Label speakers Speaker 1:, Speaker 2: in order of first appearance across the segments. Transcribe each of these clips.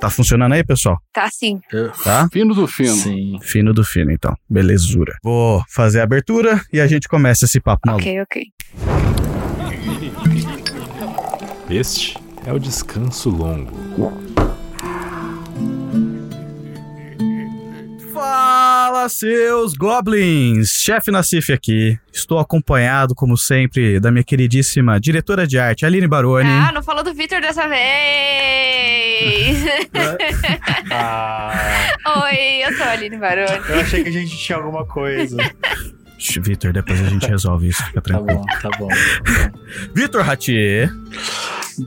Speaker 1: Tá funcionando aí, pessoal?
Speaker 2: Tá sim.
Speaker 1: Tá?
Speaker 3: Fino do fino.
Speaker 4: Sim.
Speaker 1: Fino do fino, então. Belezura. Vou fazer a abertura e a gente começa esse papo maluco.
Speaker 2: Ok, ok.
Speaker 5: Este é o descanso longo.
Speaker 1: Fala, seus goblins! Chefe Nassif aqui. Estou acompanhado, como sempre, da minha queridíssima diretora de arte, Aline Baroni.
Speaker 2: Ah, não falou do Vitor dessa vez!
Speaker 4: Ah,
Speaker 2: Oi, eu sou a Aline Baroni.
Speaker 4: eu achei que a gente tinha alguma coisa.
Speaker 1: Shh, Vitor, depois a gente resolve isso, fica
Speaker 4: Tá
Speaker 1: tranquilo.
Speaker 4: bom, tá bom.
Speaker 1: Vitor Ratier.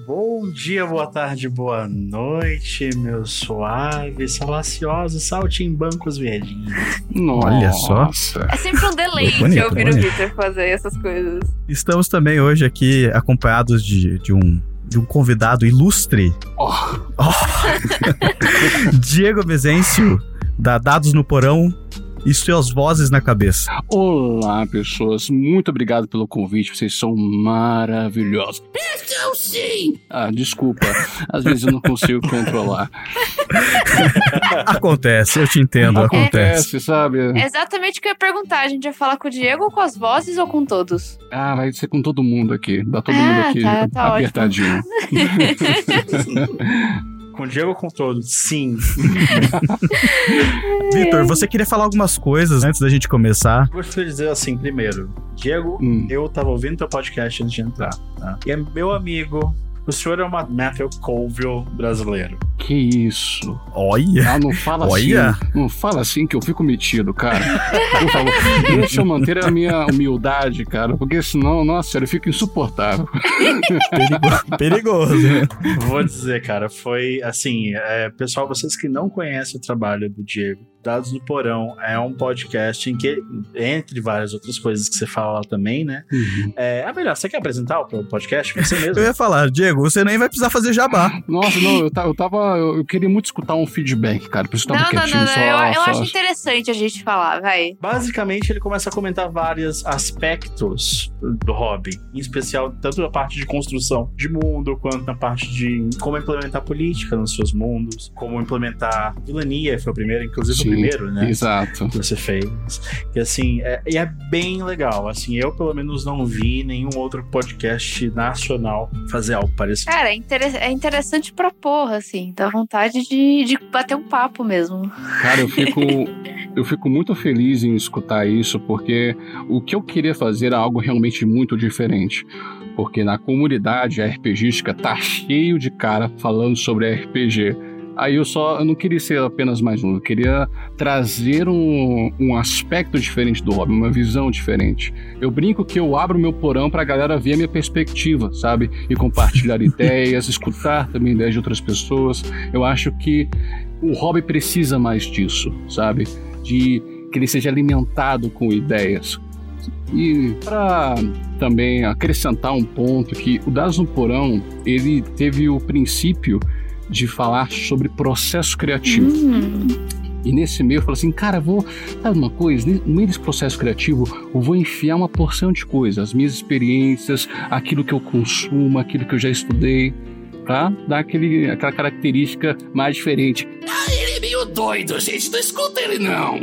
Speaker 4: Bom dia, boa tarde, boa noite, meus suaves, salaciosos, saltimbancos verdinhos.
Speaker 3: Nossa.
Speaker 1: Olha só.
Speaker 2: É sempre um deleite
Speaker 1: Bonito,
Speaker 2: ouvir o
Speaker 1: bonito.
Speaker 2: Vitor fazer essas coisas.
Speaker 1: Estamos também hoje aqui acompanhados de, de um, de um convidado ilustre, Oh.
Speaker 3: Oh,
Speaker 1: Diego Bezencio, da Dados no Porão e suas vozes na cabeça.
Speaker 3: Olá, pessoas. Muito obrigado pelo convite. Vocês são maravilhosos.
Speaker 2: é
Speaker 3: Então sim! Ah, desculpa. Às vezes eu não consigo controlar.
Speaker 1: Acontece, eu te entendo, acontece.
Speaker 3: Acontece, sabe?
Speaker 2: É exatamente o que eu ia perguntar. A gente ia falar com o Diego, ou com as vozes ou com todos?
Speaker 3: Ah, vai ser com todo mundo aqui. Dá todo
Speaker 2: Ah,
Speaker 3: mundo aqui
Speaker 2: tá, tá ótimo.
Speaker 3: apertadinho.
Speaker 4: Com o Diego ou com todos? Sim.
Speaker 1: Vitor, você queria falar algumas coisas antes da gente começar?
Speaker 4: Gostaria de dizer assim, primeiro, Diego,
Speaker 3: Hum.
Speaker 4: eu tava ouvindo teu podcast antes de entrar, tá? E é meu amigo, o senhor é uma Matthew Colville brasileiro.
Speaker 3: Que isso?
Speaker 1: Olha!
Speaker 3: Ah, não fala
Speaker 1: Olha.
Speaker 3: assim. Não fala assim que eu fico metido, cara. Por favor, deixa eu manter a minha humildade, cara, porque senão, nossa, sério, eu fico insuportável.
Speaker 1: Perigoso. né?
Speaker 4: Vou dizer, cara, foi assim, é, pessoal, vocês que não conhecem o trabalho do Diego, Dados no Porão é um podcast em que, entre várias outras coisas que você fala lá também, né?
Speaker 1: Uhum.
Speaker 4: É, ah, melhor, você quer apresentar o podcast? Você mesmo?
Speaker 1: Eu ia falar, Diego, você nem vai precisar fazer jabá.
Speaker 3: Nossa, não, eu, ta- eu tava. Eu, eu queria muito escutar um feedback, cara, por isso que eu
Speaker 2: não,
Speaker 3: tava
Speaker 2: não,
Speaker 3: quietinho
Speaker 2: não, não.
Speaker 3: só.
Speaker 2: eu eu
Speaker 3: só-
Speaker 2: acho interessante a gente falar, vai.
Speaker 4: Basicamente, ele começa a comentar vários aspectos do hobby, em especial tanto na parte de construção de mundo, quanto na parte de como implementar política nos seus mundos, como implementar vilania, foi o primeiro, inclusive
Speaker 3: Sim,
Speaker 4: o primeiro, né?
Speaker 3: Exato.
Speaker 4: que você fez. E assim, é, e é bem legal. Assim, eu pelo menos não vi nenhum outro podcast nacional fazer algo parecido.
Speaker 2: Cara, é, intere- é interessante pra porra, assim. Dá vontade de, de bater um papo mesmo.
Speaker 3: Cara, eu fico, eu fico muito feliz em escutar isso, porque o que eu queria fazer era algo realmente muito diferente. Porque na comunidade a RPGística tá cheio de cara falando sobre RPG. Aí eu só eu não queria ser apenas mais um, eu queria trazer um, um aspecto diferente do hobby, uma visão diferente. Eu brinco que eu abro meu porão pra galera ver a minha perspectiva, sabe? E compartilhar ideias, escutar também ideias de outras pessoas. Eu acho que o hobby precisa mais disso, sabe? De que ele seja alimentado com ideias. E para também acrescentar um ponto que o Das no Porão, ele teve o princípio de falar sobre processo criativo.
Speaker 2: Hum,
Speaker 3: E nesse meio eu falo assim, cara, vou. Sabe uma coisa? Ne- No meio desse processo criativo, eu vou enfiar uma porção de coisas, as minhas experiências, aquilo que eu consumo, aquilo que eu já estudei, pra dar aquele, aquela característica mais diferente. Ah, ele é meio doido, gente, não escuta ele não.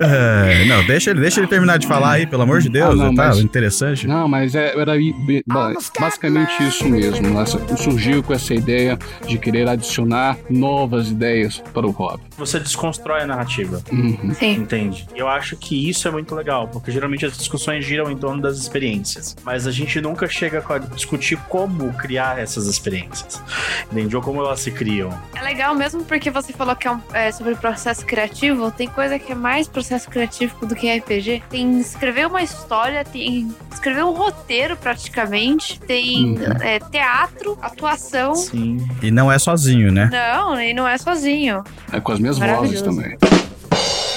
Speaker 1: É, não, deixa ele, deixa ele terminar de falar aí, pelo amor de Deus.
Speaker 3: Ah, não,
Speaker 1: tá
Speaker 3: mas-
Speaker 1: interessante.
Speaker 3: Não, mas é, era i- be- ba- basicamente isso mesmo. né? Essa- Surgiu com essa ideia de querer adicionar novas ideias para o hobby.
Speaker 4: Você desconstrói a narrativa,
Speaker 3: Uhum.
Speaker 2: sim.
Speaker 4: entende? E Eu acho que isso é muito legal, porque geralmente as discussões giram em torno das experiências, mas a gente nunca chega a discutir como criar essas experiências, entende? Ou como elas se criam.
Speaker 2: É legal mesmo porque você falou que é, um- é sobre processo criativo. Tem coisa que é mais processo criativo do que RPG. Tem escrever uma história, tem escrever um roteiro praticamente, tem
Speaker 3: Uhum.
Speaker 2: é, teatro, atuação.
Speaker 4: Sim.
Speaker 1: E não é sozinho, né?
Speaker 2: Não, e não é sozinho.
Speaker 3: É com as minhas vozes
Speaker 2: Maravilhoso.
Speaker 3: também.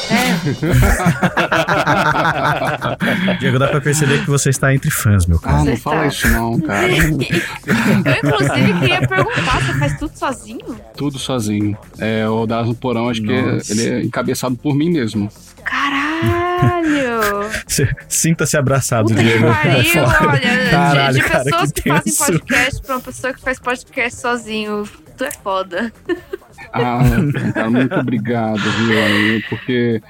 Speaker 2: né?
Speaker 1: Diego, dá pra perceber que você está entre fãs, meu
Speaker 3: Ah,
Speaker 1: cara.
Speaker 3: não fala isso não, cara.
Speaker 2: Eu, inclusive, queria perguntar: você faz tudo sozinho?
Speaker 3: Tudo sozinho. É, o Das no Porão, acho que é-
Speaker 4: Nossa.
Speaker 3: ele é encabeçado por mim mesmo.
Speaker 2: Caralho!
Speaker 1: Se- Sinta-se abraçado,
Speaker 2: Puta que
Speaker 1: Diego.
Speaker 2: pariu, olha. de-
Speaker 1: É Caralho,
Speaker 2: de
Speaker 1: cara,
Speaker 2: pessoas
Speaker 1: que
Speaker 2: que, fazem
Speaker 1: tenso.
Speaker 2: podcast pra uma pessoa que faz podcast sozinho. Tu é foda.
Speaker 3: Ah, cara, muito obrigado, viu, amigo? Porque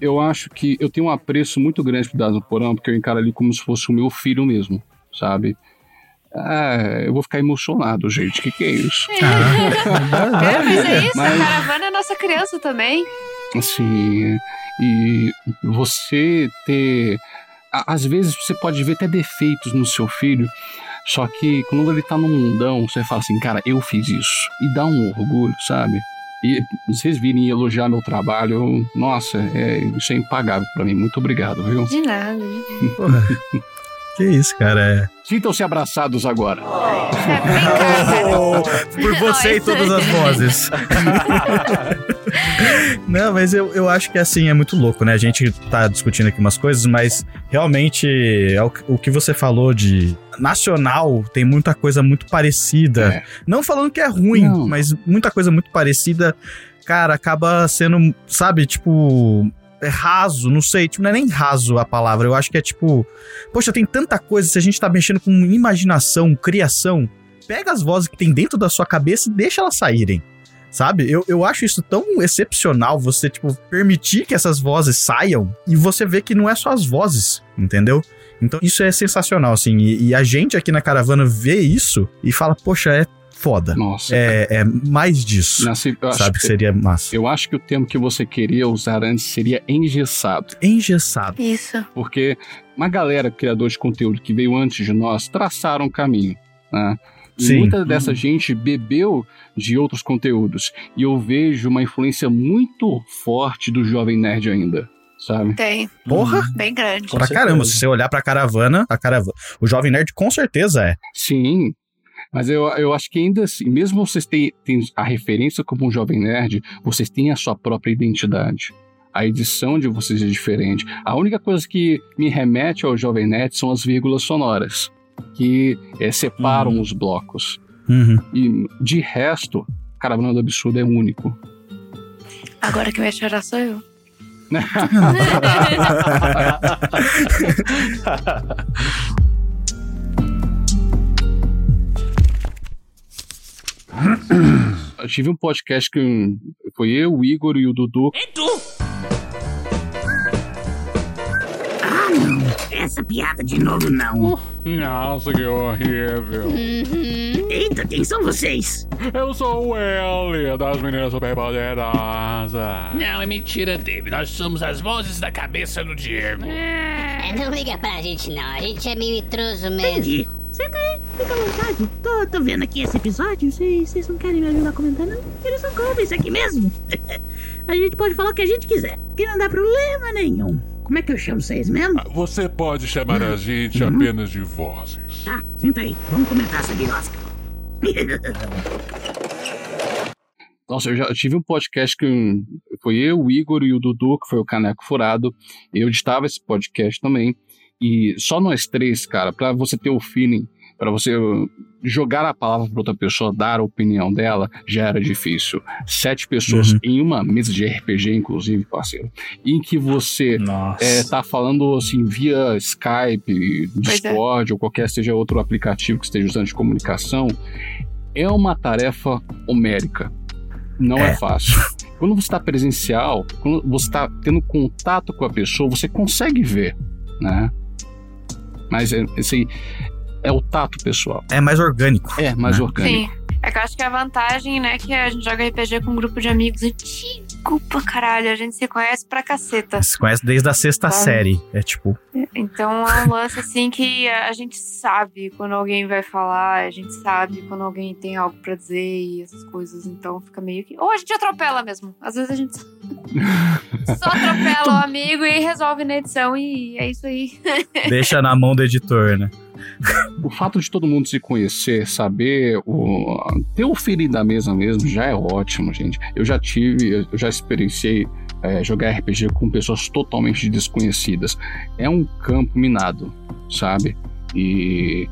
Speaker 3: eu acho que eu tenho um apreço muito grande pro Dados no Porão, porque eu encaro ali como se fosse o meu filho mesmo, sabe? Ah, eu vou ficar emocionado, gente. O que, que é isso?
Speaker 1: Ah,
Speaker 2: É, mas é isso,
Speaker 3: Mas-
Speaker 2: a caravana é nossa criança também.
Speaker 3: Assim, e você ter. a- Às vezes você pode ver até defeitos no seu filho, só que quando ele tá no mundão, você fala assim, cara, eu fiz isso. E dá um orgulho, sabe? E vocês virem elogiar meu trabalho, eu- nossa, é, isso é impagável pra mim. Muito obrigado, viu?
Speaker 2: De nada.
Speaker 1: Porra. Que isso, cara. é.
Speaker 3: Sintam-se abraçados agora.
Speaker 2: É, vem cá, cara.
Speaker 1: Oh, por você e
Speaker 2: Nossa.
Speaker 1: todas as vozes. Não, mas eu, eu acho que assim é muito louco, né? A gente tá discutindo aqui umas coisas, mas realmente é o, que- o que você falou de nacional tem muita coisa muito parecida.
Speaker 3: É.
Speaker 1: Não falando que é ruim,
Speaker 3: Não.
Speaker 1: mas muita coisa muito parecida, cara, acaba sendo, sabe, tipo. É raso, não sei, tipo, não é nem raso a palavra. Eu acho que é tipo. Poxa, tem tanta coisa, se a gente tá mexendo com imaginação, criação, pega as vozes que tem dentro da sua cabeça e deixa elas saírem. Sabe? Eu, eu acho isso tão excepcional você, tipo, permitir que essas vozes saiam e você ver que não é só as vozes, entendeu? Então isso é sensacional, assim. E, e a gente aqui na caravana vê isso e fala, poxa, é foda.
Speaker 3: Nossa.
Speaker 1: É, é mais disso.
Speaker 3: Nasci- eu, acho,
Speaker 1: sabe? Que seria massa.
Speaker 3: eu acho que o termo que você queria usar antes seria engessado.
Speaker 1: Engessado.
Speaker 2: Isso.
Speaker 3: porque uma galera criador de conteúdo que veio antes de nós traçaram o caminho. Né? E
Speaker 1: Sim.
Speaker 3: Muita dessa gente bebeu de outros conteúdos. E eu vejo uma influência muito forte do jovem nerd ainda, sabe?
Speaker 2: Tem.
Speaker 1: Porra!
Speaker 2: Bem grande.
Speaker 1: pra
Speaker 4: certeza.
Speaker 1: caramba, se você olhar pra caravana, a caravana. O Jovem Nerd com certeza é.
Speaker 3: Sim. Mas eu, eu acho que ainda assim, mesmo vocês têm, têm a referência como um jovem nerd, vocês têm a sua própria identidade. A edição de vocês é diferente. A única coisa que me remete ao jovem nerd são as vírgulas sonoras, que eh, separam os blocos.
Speaker 1: Uhum.
Speaker 3: E de resto, Caravana do Absurdo é único.
Speaker 2: Agora que vai chorar sou eu.
Speaker 3: Eu tive um podcast que hum, foi eu, o Igor e o Dudu.
Speaker 6: Essa piada de novo não.
Speaker 7: Nossa, que horrível.
Speaker 6: Eita, quem são vocês?
Speaker 7: Eu sou o L das meninas superpoderosas.
Speaker 8: Não, é mentira dele. Nós somos as vozes da cabeça do Diego.
Speaker 9: É, não liga pra gente, não. A gente é meio intruso mesmo.
Speaker 6: Entendi. Senta aí, fica à vontade. Tô, tô vendo aqui esse episódio. Vocês vocês não querem me ajudar comentando? não? Eles não cobram isso aqui mesmo. a gente pode falar o que a gente quiser, que não dá problema nenhum. Como é que eu chamo vocês mesmo?
Speaker 7: Você pode chamar a gente apenas de vozes.
Speaker 6: Tá, senta aí. Vamos comentar essa birosca.
Speaker 3: Nossa, eu já eu tive um podcast que hum, foi eu, o Igor e o Dudu, que foi o Caneco Furado. Eu editava esse podcast também. E só nós três, cara, pra você ter o feeling, pra você hum, jogar a palavra pra outra pessoa, dar a opinião dela, já era difícil. Sete pessoas
Speaker 1: Uhum.
Speaker 3: em uma mesa de RPG, inclusive, parceiro, em que você
Speaker 4: Nossa.
Speaker 3: é, tá falando assim via Skype,
Speaker 2: é.
Speaker 3: Discord ou qualquer seja outro aplicativo que esteja usando de comunicação, é uma tarefa homérica. Não é, fácil. Quando você está presencial, quando você está tendo contato com a pessoa, você consegue ver, né? Mas é, assim, é o tato pessoal.
Speaker 1: É mais orgânico. Né?
Speaker 3: É mais orgânico.
Speaker 2: Sim. É que eu acho que a vantagem, né, que a gente joga RPG com um grupo de amigos antigo pra caralho. A gente se conhece pra caceta.
Speaker 1: Se conhece desde a sexta
Speaker 2: Ah.
Speaker 1: série. É tipo.
Speaker 2: Então é um lance assim que a gente sabe quando alguém vai falar, a gente sabe quando alguém tem algo pra dizer e essas coisas. Então fica meio que. Ou a gente atropela mesmo. Às vezes a gente só- só atropela o amigo e resolve na edição e é isso aí.
Speaker 1: Deixa na mão do editor, né?
Speaker 3: O fato de todo mundo se conhecer, saber o ter o feeling da mesa mesmo já é ótimo, gente. Eu já tive, eu já experienciei é, jogar RPG com pessoas totalmente desconhecidas. É um campo minado, sabe? E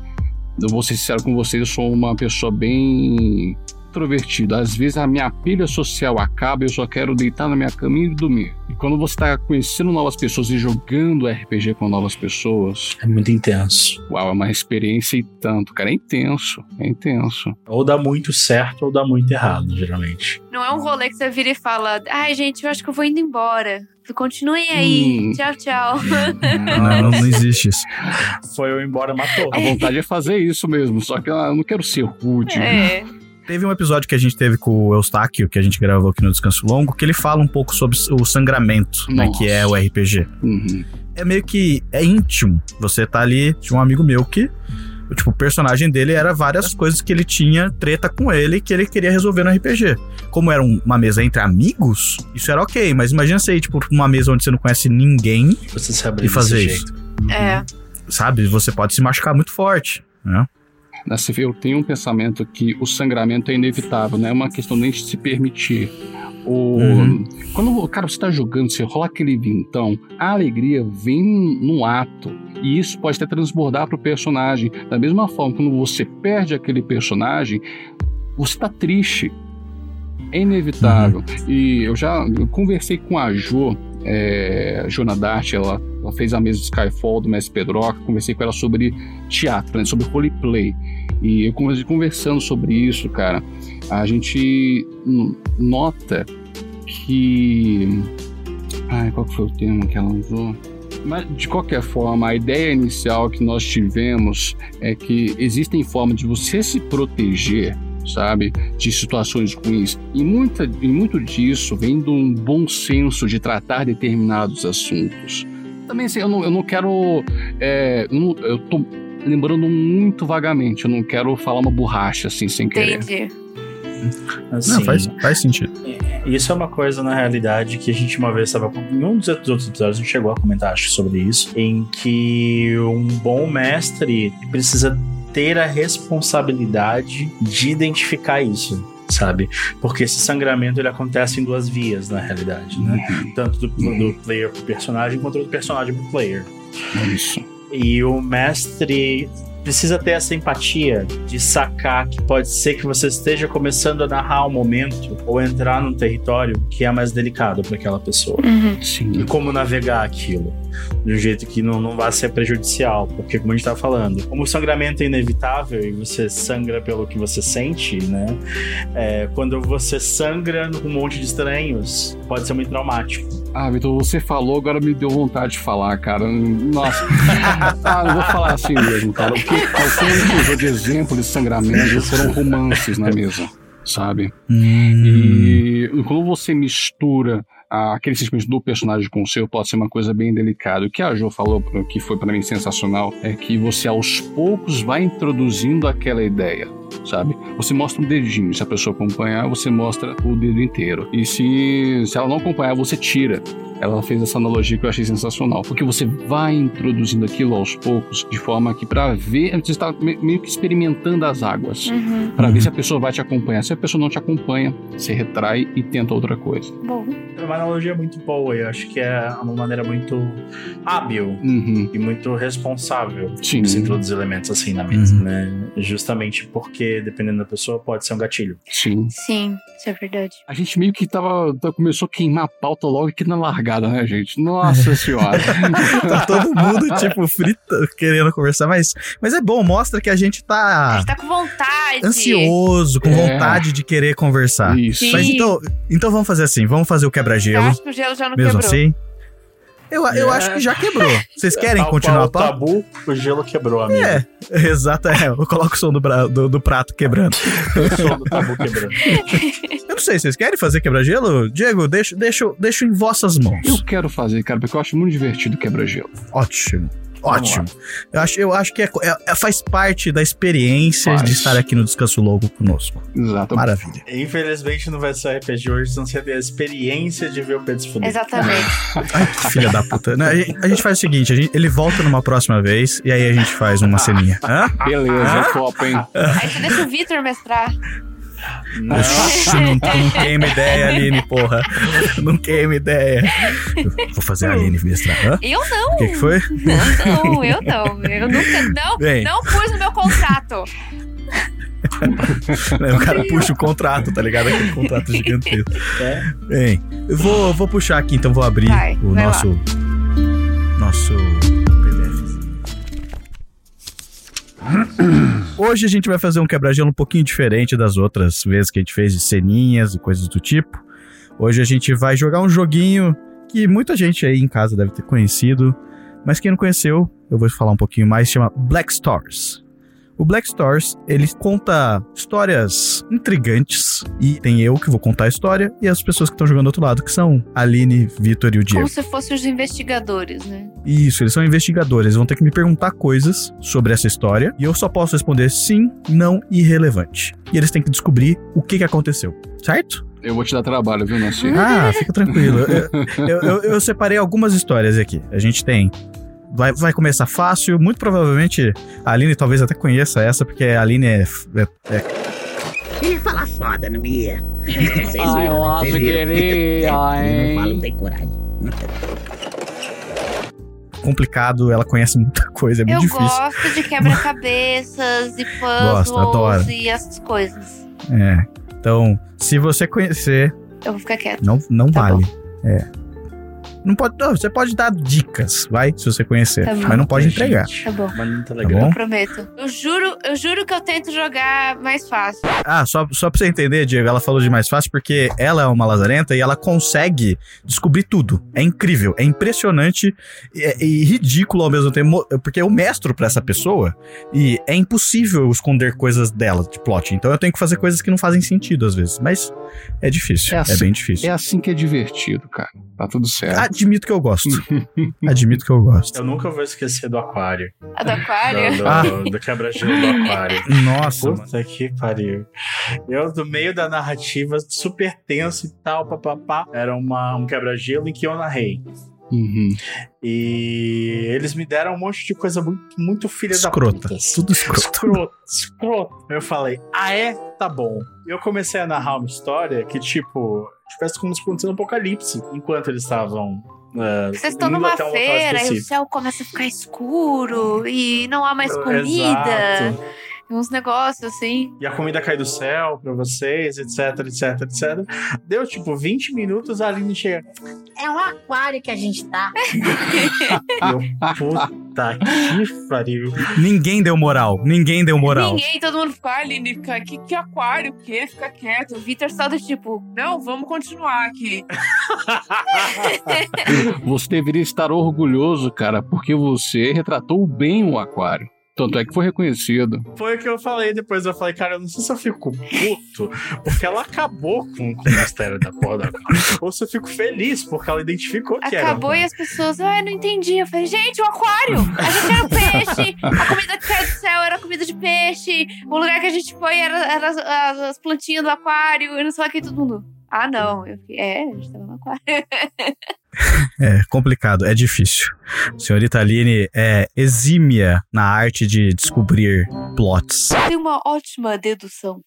Speaker 3: eu vou ser sincero com vocês, eu sou uma pessoa bem introvertido. Às vezes a minha pilha social acaba e eu só quero deitar na minha cama e dormir. E quando você tá conhecendo novas pessoas e jogando RPG com novas pessoas,
Speaker 4: É muito intenso.
Speaker 3: uau, é uma experiência e tanto, cara. É intenso, é intenso.
Speaker 4: Ou dá muito certo ou dá muito errado, geralmente.
Speaker 2: Não é um rolê que você vira e fala, ai, gente, eu acho que eu vou indo embora. Continuem aí.
Speaker 3: Hum.
Speaker 2: Tchau, tchau.
Speaker 4: É.
Speaker 1: Não, não existe isso.
Speaker 4: Foi eu embora, matou.
Speaker 3: A vontade é fazer isso mesmo, só que ah, eu não quero ser rude. né?
Speaker 2: É.
Speaker 1: Teve um episódio que a gente teve com o Eustáquio, que a gente gravou aqui no Descanso Longo, que ele fala um pouco sobre o sangramento, né,
Speaker 3: Nossa.
Speaker 1: que é o RPG.
Speaker 3: Uhum.
Speaker 1: É meio que é íntimo. Você tá ali, tinha um amigo meu que tipo, o personagem dele era várias coisas que ele tinha treta com ele que ele queria resolver no RPG. Como era um- uma mesa entre amigos, isso era ok, mas imagina você ir, tipo, pra uma mesa onde você não conhece ninguém,
Speaker 4: Você se abrir
Speaker 1: E fazer
Speaker 4: desse
Speaker 1: isso.
Speaker 4: jeito.
Speaker 2: É.
Speaker 1: sabe? Você pode se machucar muito forte, né?
Speaker 3: Né, você vê, Eu tenho um pensamento que o sangramento é inevitável, né? É uma questão nem de se permitir. O,
Speaker 1: Uhum.
Speaker 3: Quando, cara, você tá jogando, você rola aquele vintão, a alegria vem no ato. E isso pode até transbordar pro personagem. Da mesma forma, quando você perde aquele personagem, você tá triste. É inevitável. E eu já eu conversei com a Jo, é, Jona Dart, ela, ela fez a mesa de Skyfall do Mestre Pedroca. Conversei com ela sobre teatro, né, sobre roleplay. E eu conversei- conversando sobre isso, cara, a gente hum, nota que. Ai, qual que foi o termo que ela usou? Mas, de qualquer forma, a ideia inicial que nós tivemos é que existem formas de você se proteger, sabe, de situações ruins. E, muita, e muito disso vem de um bom senso de tratar determinados assuntos. Também, assim, eu não, eu não quero. é, eu não- eu tô lembrando muito vagamente, eu não quero falar uma borracha assim sem querer.
Speaker 2: Entendi.
Speaker 4: Assim,
Speaker 1: Não, faz, faz sentido.
Speaker 4: Isso é uma coisa, na realidade, que a gente uma vez estava. Em um dos outros episódios, a gente chegou a comentar, acho, sobre isso. Em que um bom mestre precisa ter a responsabilidade de identificar isso. Sabe? Porque esse sangramento ele acontece em duas vias, na realidade, né?
Speaker 1: Uhum.
Speaker 4: Tanto do, do player pro personagem quanto do personagem pro player.
Speaker 3: Isso.
Speaker 4: E o mestre precisa ter essa empatia de sacar que pode ser que você esteja começando a narrar um momento ou entrar num território que é mais delicado para aquela pessoa.
Speaker 2: Uhum.
Speaker 4: E
Speaker 3: Sim.
Speaker 4: como navegar aquilo de um jeito que não, não vai ser prejudicial, porque, como a gente tá falando, como o sangramento é inevitável e você sangra pelo que você sente, né? É, quando você sangra com um monte de estranhos, pode ser muito traumático.
Speaker 3: Ah, Vitor, você falou, agora me deu vontade de falar, cara. Nossa. ah, eu vou falar assim mesmo, cara. Porque você me usou de exemplo de sangramento, foram romances na mesa, sabe?
Speaker 1: Uhum.
Speaker 3: E quando você mistura ah, aquele sentimento do personagem com o seu, pode ser uma coisa bem delicada. O que a Jo falou, pra- que foi pra mim sensacional, é que você aos poucos vai introduzindo aquela ideia. Sabe? Você mostra um dedinho. Se a pessoa acompanhar, você mostra o dedo inteiro. E se, se ela não acompanhar, você tira. Ela fez essa analogia que eu achei sensacional. Porque você vai introduzindo aquilo aos poucos, de forma que, pra ver, você está me- meio que experimentando as águas.
Speaker 2: Uhum.
Speaker 3: Pra ver se a pessoa vai te acompanhar. Se a pessoa não te acompanha, se retrai e tenta outra coisa.
Speaker 2: Bom.
Speaker 4: É uma analogia muito boa, eu acho que é uma maneira muito hábil
Speaker 3: Uhum.
Speaker 4: e muito responsável
Speaker 3: Sim.
Speaker 4: de se introduzir elementos assim na mesa,
Speaker 1: Uhum.
Speaker 4: né? Justamente porque, dependendo da pessoa, pode ser um gatilho.
Speaker 3: Sim.
Speaker 2: Sim, isso é verdade.
Speaker 3: A gente meio que tava, tá- começou a queimar a pauta logo aqui na largada, né, gente?
Speaker 1: É.
Speaker 3: Nossa senhora.
Speaker 1: Tá todo mundo, tipo, frita, querendo conversar, mas, mas é bom, mostra que a gente
Speaker 2: A
Speaker 1: tá
Speaker 2: gente tá com vontade.
Speaker 1: ansioso, com
Speaker 3: É.
Speaker 1: vontade de querer conversar.
Speaker 3: Isso.
Speaker 2: Sim.
Speaker 1: Mas então, então vamos fazer assim, vamos fazer o
Speaker 2: Eu
Speaker 1: quebra-gelo,
Speaker 2: acho que o Tá gelo já não
Speaker 1: mesmo
Speaker 2: quebrou.
Speaker 1: assim. Eu, eu
Speaker 4: É.
Speaker 1: acho que já quebrou.
Speaker 3: É,
Speaker 1: Vocês querem
Speaker 3: tá
Speaker 4: Tal
Speaker 1: continuar a
Speaker 4: qual o
Speaker 1: pauta?
Speaker 4: tabu, o gelo quebrou, amigo.
Speaker 1: É, exato, é. Eu coloco o som do, bra- do- do prato quebrando.
Speaker 4: O som do tabu quebrou.
Speaker 1: Eu não sei, vocês querem fazer quebra-gelo? Diego, deixo, deixo, deixo em vossas mãos.
Speaker 3: Eu quero fazer, cara, porque eu acho muito divertido quebra-gelo.
Speaker 1: Ótimo.
Speaker 4: lá.
Speaker 1: Ótimo. Eu acho, eu acho que é, co- é- é- faz parte da experiência
Speaker 3: Faz.
Speaker 1: de estar aqui no Descanso Logo conosco.
Speaker 3: Exato.
Speaker 1: Maravilha.
Speaker 4: Infelizmente não vai ser RPG hoje, senão você tem a experiência de ver o Pedro se fuder.
Speaker 2: Exatamente.
Speaker 1: Ai, que filha da puta. Não, a, gente, a gente faz o seguinte: a gente- ele volta numa próxima vez e aí a gente faz uma ceninha. Hã? Ah,
Speaker 3: Beleza, top, hein?
Speaker 2: Aí você deixa o Vitor mestrar.
Speaker 4: Não,
Speaker 1: Oxi, não, não queima ideia, Aline, porra. Não queima ideia. Eu vou fazer a Aline mestrar. Hã?
Speaker 2: Eu não,
Speaker 1: O que, que foi?
Speaker 2: não, eu não. Eu nunca. Não,
Speaker 1: Bem.
Speaker 2: não pus no meu contrato.
Speaker 1: Né, O cara puxa o contrato, tá ligado? Aquele contrato gigantesco.
Speaker 4: É.
Speaker 1: Bem, eu vou, vou puxar aqui, então vou abrir
Speaker 2: Vai,
Speaker 1: o
Speaker 2: vai
Speaker 1: nosso. Nosso. PDF. Hoje a gente vai fazer um quebra-gelo um pouquinho diferente das outras vezes que a gente fez de ceninhas e coisas do tipo. Hoje a gente vai jogar um joguinho que muita gente aí em casa deve ter conhecido, mas quem não conheceu, eu vou falar um pouquinho mais, chama Black Stars. O Black Stars, ele conta histórias intrigantes e tem eu que vou contar a história e as pessoas que estão jogando do outro lado, que são a Aline, Vitor e o Diego.
Speaker 2: Como se fossem os investigadores, né?
Speaker 1: Isso, eles são investigadores, eles vão ter que me perguntar coisas sobre essa história e eu só posso responder sim, não e relevante. E eles têm que descobrir o que, que aconteceu, certo?
Speaker 3: Eu vou te dar trabalho, viu,
Speaker 2: Hum.
Speaker 3: Nancy?
Speaker 1: Ah, fica tranquilo. Eu, eu- eu- eu separei algumas histórias aqui. A gente tem. Vai, vai começar fácil, muito provavelmente a Aline talvez até conheça essa, porque a Aline é f- é
Speaker 6: Ele ia falar foda, não ia. Vocês
Speaker 8: Ah, eu
Speaker 6: viram, né? vocês
Speaker 8: acho que
Speaker 6: viram.
Speaker 8: ele ia,
Speaker 6: Ele
Speaker 8: hein?
Speaker 6: não fala, não tem coragem.
Speaker 1: complicado, ela conhece muita coisa, é muito
Speaker 2: eu
Speaker 1: difícil.
Speaker 2: gosto de quebra-cabeças e puzzles
Speaker 1: Gosto, adoro.
Speaker 2: e essas coisas.
Speaker 1: É. Então, se você conhecer,
Speaker 2: Eu vou ficar quieta.
Speaker 1: não, não
Speaker 2: Tá
Speaker 1: vale. É. Não pode, não, você pode dar dicas, vai, se você conhecer,
Speaker 2: Tá bom.
Speaker 1: É, mas não pode
Speaker 4: Gente,
Speaker 1: entregar,
Speaker 2: Tá bom.
Speaker 4: Manda no
Speaker 1: tá
Speaker 4: Telegram.
Speaker 1: bom?
Speaker 2: Prometo. Eu juro, eu juro que eu tento jogar mais fácil.
Speaker 1: Ah, só, só pra você entender, Diego, ela falou de mais fácil porque ela é uma lazarenta e ela consegue descobrir tudo. É incrível, é impressionante e, é, e ridículo ao mesmo tempo, porque eu mestro pra essa pessoa e é impossível eu esconder coisas dela de plot. Então eu tenho que fazer coisas que não fazem sentido às vezes, mas é difícil,
Speaker 3: É
Speaker 1: é,
Speaker 3: assim-
Speaker 1: bem difícil.
Speaker 3: É assim que é divertido, cara. Tá tudo certo.
Speaker 1: Admito que eu gosto. Admito que eu gosto.
Speaker 4: Eu nunca vou esquecer do aquário.
Speaker 2: A do aquário.
Speaker 4: Do, do,
Speaker 1: Ah.
Speaker 4: do quebra-gelo do aquário.
Speaker 1: Nossa, mano.
Speaker 4: Puta que pariu. Eu, no meio da narrativa, super tenso e tal, papapá. Era uma, um quebra-gelo em que eu narrei.
Speaker 3: Uhum.
Speaker 4: E eles me deram um monte de coisa muito, muito filha
Speaker 1: Escrota.
Speaker 4: da puta. assim.
Speaker 1: Tudo escroto.
Speaker 4: Escroto, escroto. Eu falei, ah é? Tá bom. Eu comecei a narrar uma história que, tipo, tivesse como se acontecendo um apocalipse enquanto eles estavam. eh,
Speaker 2: Vocês estão
Speaker 4: indo
Speaker 2: numa
Speaker 4: até um local
Speaker 2: feira e o
Speaker 4: específico.
Speaker 2: céu começa a ficar escuro e não há mais comida.
Speaker 4: Exato.
Speaker 2: Uns negócios assim.
Speaker 4: E a comida cai do céu pra vocês, etc, etc, etc. Deu tipo 20 minutos, a Aline chega.
Speaker 10: É um aquário que a gente tá.
Speaker 4: Puta que pariu.
Speaker 1: Ninguém deu moral. Ninguém deu moral.
Speaker 2: Ninguém, todo mundo ficou, Aline, fica- que, que aquário, o quê? Fica quieto. O Vitor só do tipo, não, vamos continuar aqui.
Speaker 3: Você deveria estar orgulhoso, cara, porque você retratou bem o aquário. Tanto é que foi reconhecido.
Speaker 4: Foi o que eu falei depois. Eu falei, cara, eu não sei se eu fico puto, porque ela acabou com, com o mistério da porra da cara. Ou se eu fico feliz, porque ela identificou que
Speaker 2: Acabou
Speaker 4: era.
Speaker 2: e as pessoas, ah, eu não entendi. Eu falei, gente, o aquário! A gente era um peixe, a comida que caiu do céu era comida de peixe, o lugar que a gente foi era, era as, as- as plantinhas do aquário, e não sei o que, todo mundo. Ah, não. Eu, fiquei, é, a gente tava no aquário.
Speaker 1: É complicado, é difícil. Senhorita Aline é exímia na arte de descobrir plots.
Speaker 2: Tem uma ótima dedução.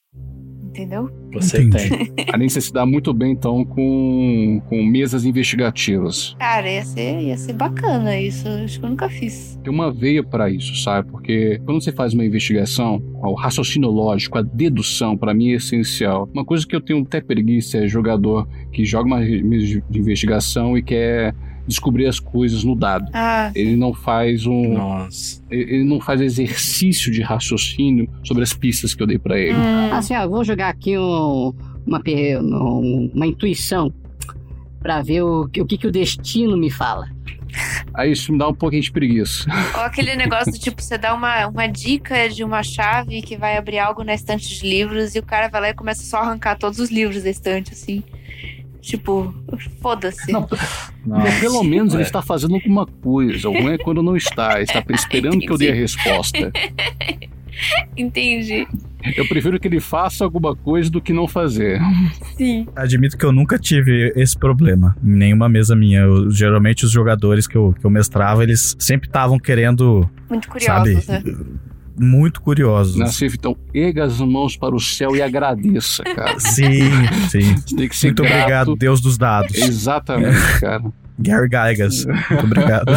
Speaker 2: Entendeu?
Speaker 4: Você
Speaker 1: Entendi.
Speaker 4: tem.
Speaker 3: A Lindsay se dá muito bem, então, com, com mesas investigativas.
Speaker 2: Cara, ia ser, ia ser bacana isso. Acho que eu nunca fiz.
Speaker 3: Tem uma veia pra isso, sabe? Porque quando você faz uma investigação, o raciocínio lógico, a dedução, pra mim é essencial. Uma coisa que eu tenho até preguiça é jogador que joga uma mesa de investigação e quer descobrir as coisas no dado.
Speaker 2: Ah,
Speaker 3: Ele não faz um,
Speaker 4: Nossa.
Speaker 3: ele não faz exercício de raciocínio sobre as pistas que eu dei pra
Speaker 2: Hum.
Speaker 3: ele.
Speaker 6: Hum.
Speaker 10: Assim, ó, eu vou jogar aqui um- uma, pe- um- uma intuição pra ver o, que- o que, que o destino me fala.
Speaker 3: Aí isso me dá um pouquinho de preguiça.
Speaker 2: ou aquele negócio do tipo, você dá uma, uma dica de uma chave que vai abrir algo na estante de livros e o cara vai lá e começa só a arrancar todos os livros da estante, assim. Tipo, foda-se.
Speaker 3: Não,
Speaker 1: Ah,
Speaker 3: Mas pelo menos
Speaker 1: é.
Speaker 3: ele está fazendo alguma coisa. O ruim é quando não está. Está esperando que eu dê a resposta.
Speaker 2: Entendi.
Speaker 3: Eu prefiro que ele faça alguma coisa do que não fazer.
Speaker 2: Sim.
Speaker 1: Admito que eu nunca tive esse problema em nenhuma mesa minha. Eu- geralmente os jogadores que eu, que eu mestrava, eles sempre estavam querendo,
Speaker 2: Muito curiosos,
Speaker 1: sabe,
Speaker 2: né?
Speaker 1: muito curiosos.
Speaker 3: Nassif, então, erga as mãos para o céu e agradeça, cara.
Speaker 1: Sim, sim.
Speaker 3: Tem que ser
Speaker 1: Muito
Speaker 3: grato.
Speaker 1: obrigado, Deus dos dados.
Speaker 3: Exatamente, cara.
Speaker 1: Gary Gaigas, muito obrigado.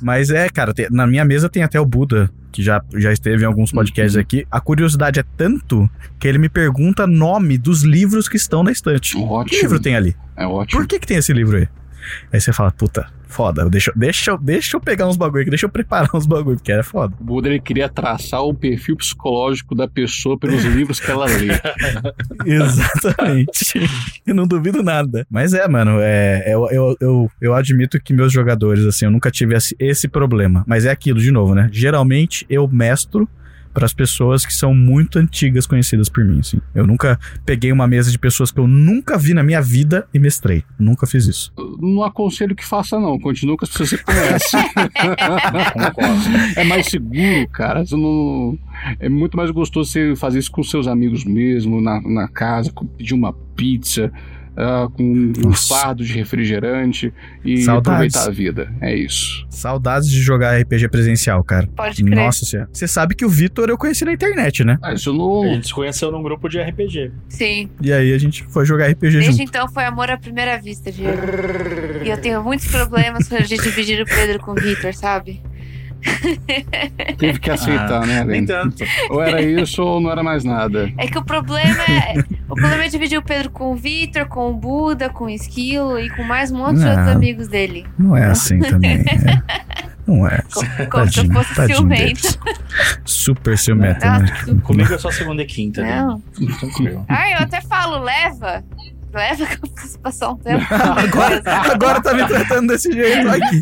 Speaker 1: Mas é, cara, tem- na minha mesa tem até o Buda, que já, já esteve em alguns podcasts aqui. A curiosidade é tanto que ele me pergunta nome dos livros que estão na estante. Que
Speaker 3: Ótimo.
Speaker 1: livro tem ali?
Speaker 3: É ótimo.
Speaker 1: Por que, que tem esse livro aí? Aí você fala, puta, foda, deixa, eu- deixa, eu- deixa eu pegar uns bagulho aqui, deixa eu preparar uns bagulho, porque era foda.
Speaker 3: O Buda ele queria traçar o perfil psicológico da pessoa pelos livros que ela lê.
Speaker 1: Exatamente. Eu não duvido nada. Mas é, mano, é, eu, eu, eu, eu admito que meus jogadores, assim, eu nunca tive esse, esse problema. Mas é aquilo, de novo, né? Geralmente eu mestro para as pessoas que são muito antigas conhecidas por mim, assim. Eu nunca peguei uma mesa de pessoas que eu nunca vi na minha vida e mestrei. Nunca fiz isso.
Speaker 3: Não aconselho que faça, não. Continua com as pessoas que você conhece. é mais seguro, cara. Você não- É muito mais gostoso você fazer isso com seus amigos mesmo, na, na casa, com- pedir uma pizza, ah, com um
Speaker 1: Nossa.
Speaker 3: fardo de refrigerante e
Speaker 1: Saudades.
Speaker 3: aproveitar a vida. É isso.
Speaker 1: Saudades de jogar RPG presencial, cara.
Speaker 2: Pode crer.
Speaker 1: Nossa senhora. Você sabe que o Vitor eu conheci na internet, né?
Speaker 3: Ah, isso
Speaker 4: A
Speaker 3: não.
Speaker 4: gente se conheceu num grupo de RPG.
Speaker 2: Sim.
Speaker 1: E aí a gente foi jogar RPG junto.
Speaker 2: Desde então foi amor à primeira vista, Diego. E eu tenho muitos problemas quando a gente dividir o Pedro com o Victor, sabe?
Speaker 3: Teve que
Speaker 1: Ah.
Speaker 3: aceitar, né,
Speaker 4: Nem
Speaker 3: Aline?
Speaker 4: tanto.
Speaker 1: Então-
Speaker 3: Ou era isso ou não era mais nada.
Speaker 2: É que o problema é. O problema é dividir o Pedro com o Victor, com o Buda, com o Esquilo e com mais um monte de outros
Speaker 1: Não.
Speaker 2: amigos dele.
Speaker 1: Não é assim também. é. Não é.
Speaker 2: Co- Como se eu fosse Ah,
Speaker 1: tadinho
Speaker 2: ciumento.
Speaker 1: deles. Super ciumento, né?
Speaker 4: Comigo é só segunda e quinta. né?
Speaker 2: Não.
Speaker 4: Tranquilo.
Speaker 2: Ah, eu até falo, leva. Leva que eu preciso passar um tempo.
Speaker 1: Agora, agora tá me tratando desse jeito aqui.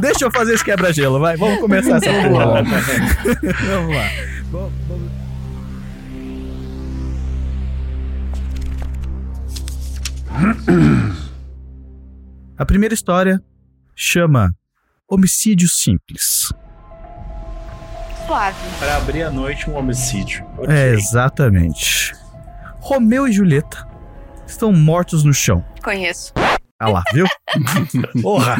Speaker 1: Deixa eu fazer esse quebra-gelo, vai. Vamos começar essa porra. Vamos lá. Bom, bom. A primeira história chama Homicídio Simples.
Speaker 2: Suave.
Speaker 4: Pra abrir a noite, um homicídio. Ok.
Speaker 1: É, exatamente. Romeu e Julieta estão mortos no chão.
Speaker 2: Conheço.
Speaker 1: Ah lá, viu? Porra!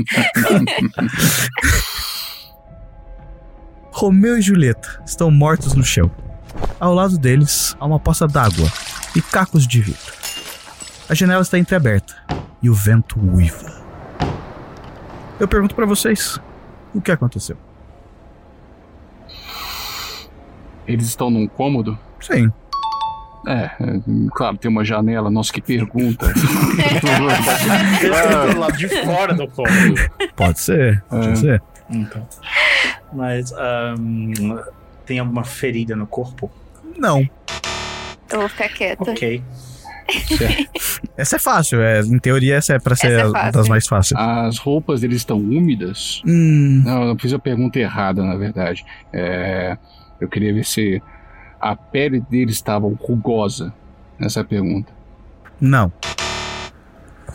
Speaker 1: Romeu e Julieta estão mortos no chão. Ao lado deles há uma poça d'água e cacos de vidro. A janela está entreaberta e o vento uiva. Eu pergunto pra vocês, o que aconteceu?
Speaker 3: Eles estão num cômodo?
Speaker 1: Sim,
Speaker 3: É, é, claro, tem uma janela. Nossa, que pergunta.
Speaker 4: Eles estão do lado de fora do cômodo.
Speaker 1: pode ser, pode
Speaker 3: É.
Speaker 1: ser.
Speaker 4: Então. Mas ahm, tem alguma ferida no corpo?
Speaker 1: Não,
Speaker 2: Eu vou ficar quieta.
Speaker 4: Ok.
Speaker 1: essa é fácil, é, em teoria essa é pra ser
Speaker 2: Essa é
Speaker 1: uma
Speaker 2: fácil.
Speaker 1: das mais fáceis.
Speaker 3: As roupas deles estão úmidas?
Speaker 1: Hum,
Speaker 3: Não, eu fiz a pergunta errada, na verdade. É, eu queria ver se a pele deles estava rugosa. Essa é a pergunta.
Speaker 1: não.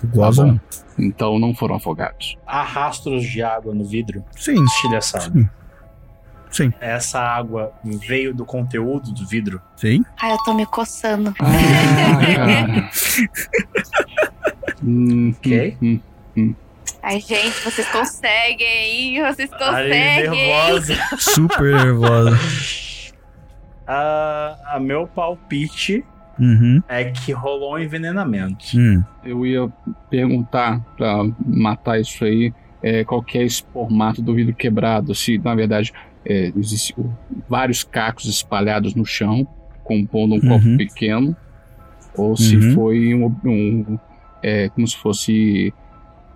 Speaker 1: Rugosa
Speaker 3: Tá bom.
Speaker 1: não.
Speaker 3: Então não foram afogados.
Speaker 4: Há rastros de água no vidro
Speaker 1: Sim,
Speaker 4: estilhaçado.
Speaker 1: sim. Sim.
Speaker 4: né? Essa água veio do conteúdo do vidro?
Speaker 1: Sim.
Speaker 2: Ai, eu tô me coçando.
Speaker 3: Ah, cara. Hum,
Speaker 4: Ok.
Speaker 3: hum, hum.
Speaker 2: Ai, gente, vocês conseguem, vocês
Speaker 4: Ai,
Speaker 2: conseguem.
Speaker 4: nervosa.
Speaker 1: Super nervosa.
Speaker 4: Ah, a meu palpite
Speaker 1: Uhum.
Speaker 4: é que rolou um envenenamento.
Speaker 1: Hum.
Speaker 3: Eu ia perguntar pra matar isso aí, é, qual que é esse formato do vidro quebrado, se na verdade é, existe o- vários cacos espalhados no chão, compondo um
Speaker 1: Uhum.
Speaker 3: copo pequeno, ou se
Speaker 1: Uhum.
Speaker 3: foi um, um, é, como se fosse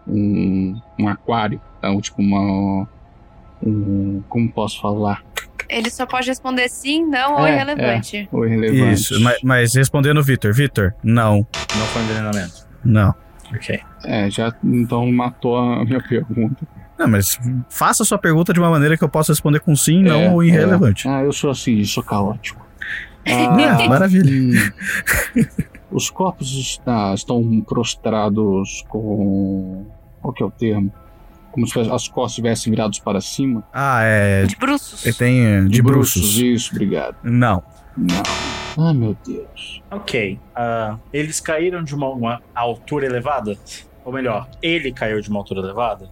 Speaker 3: um, um aquário, então, tipo uma um, como posso falar,
Speaker 2: Ele só pode responder sim, não ou
Speaker 3: É,
Speaker 2: irrelevante.
Speaker 3: ou irrelevante.
Speaker 1: Isso, mas, mas respondendo o Vitor. Vitor, não.
Speaker 4: Não foi um envenenamento.
Speaker 1: Não.
Speaker 4: Ok.
Speaker 3: É, já então matou a minha pergunta.
Speaker 1: Não, mas faça a sua pergunta de uma maneira que eu possa responder com sim, não
Speaker 3: É,
Speaker 1: ou irrelevante.
Speaker 3: Ah, eu sou assim, sou caótico.
Speaker 1: Ah, maravilha.
Speaker 3: Hum. Os corpos está- estão prostrados com. Qual que é o termo? Como se as costas estivessem viradas para cima.
Speaker 1: Ah, é.
Speaker 2: De bruços.
Speaker 1: é, Tem é, de, bruços.
Speaker 3: Isso, obrigado.
Speaker 1: Não.
Speaker 3: Não. Ah, meu Deus.
Speaker 4: Ok. Ah, eles caíram de uma, uma altura elevada? Ou melhor, ele caiu de uma altura elevada?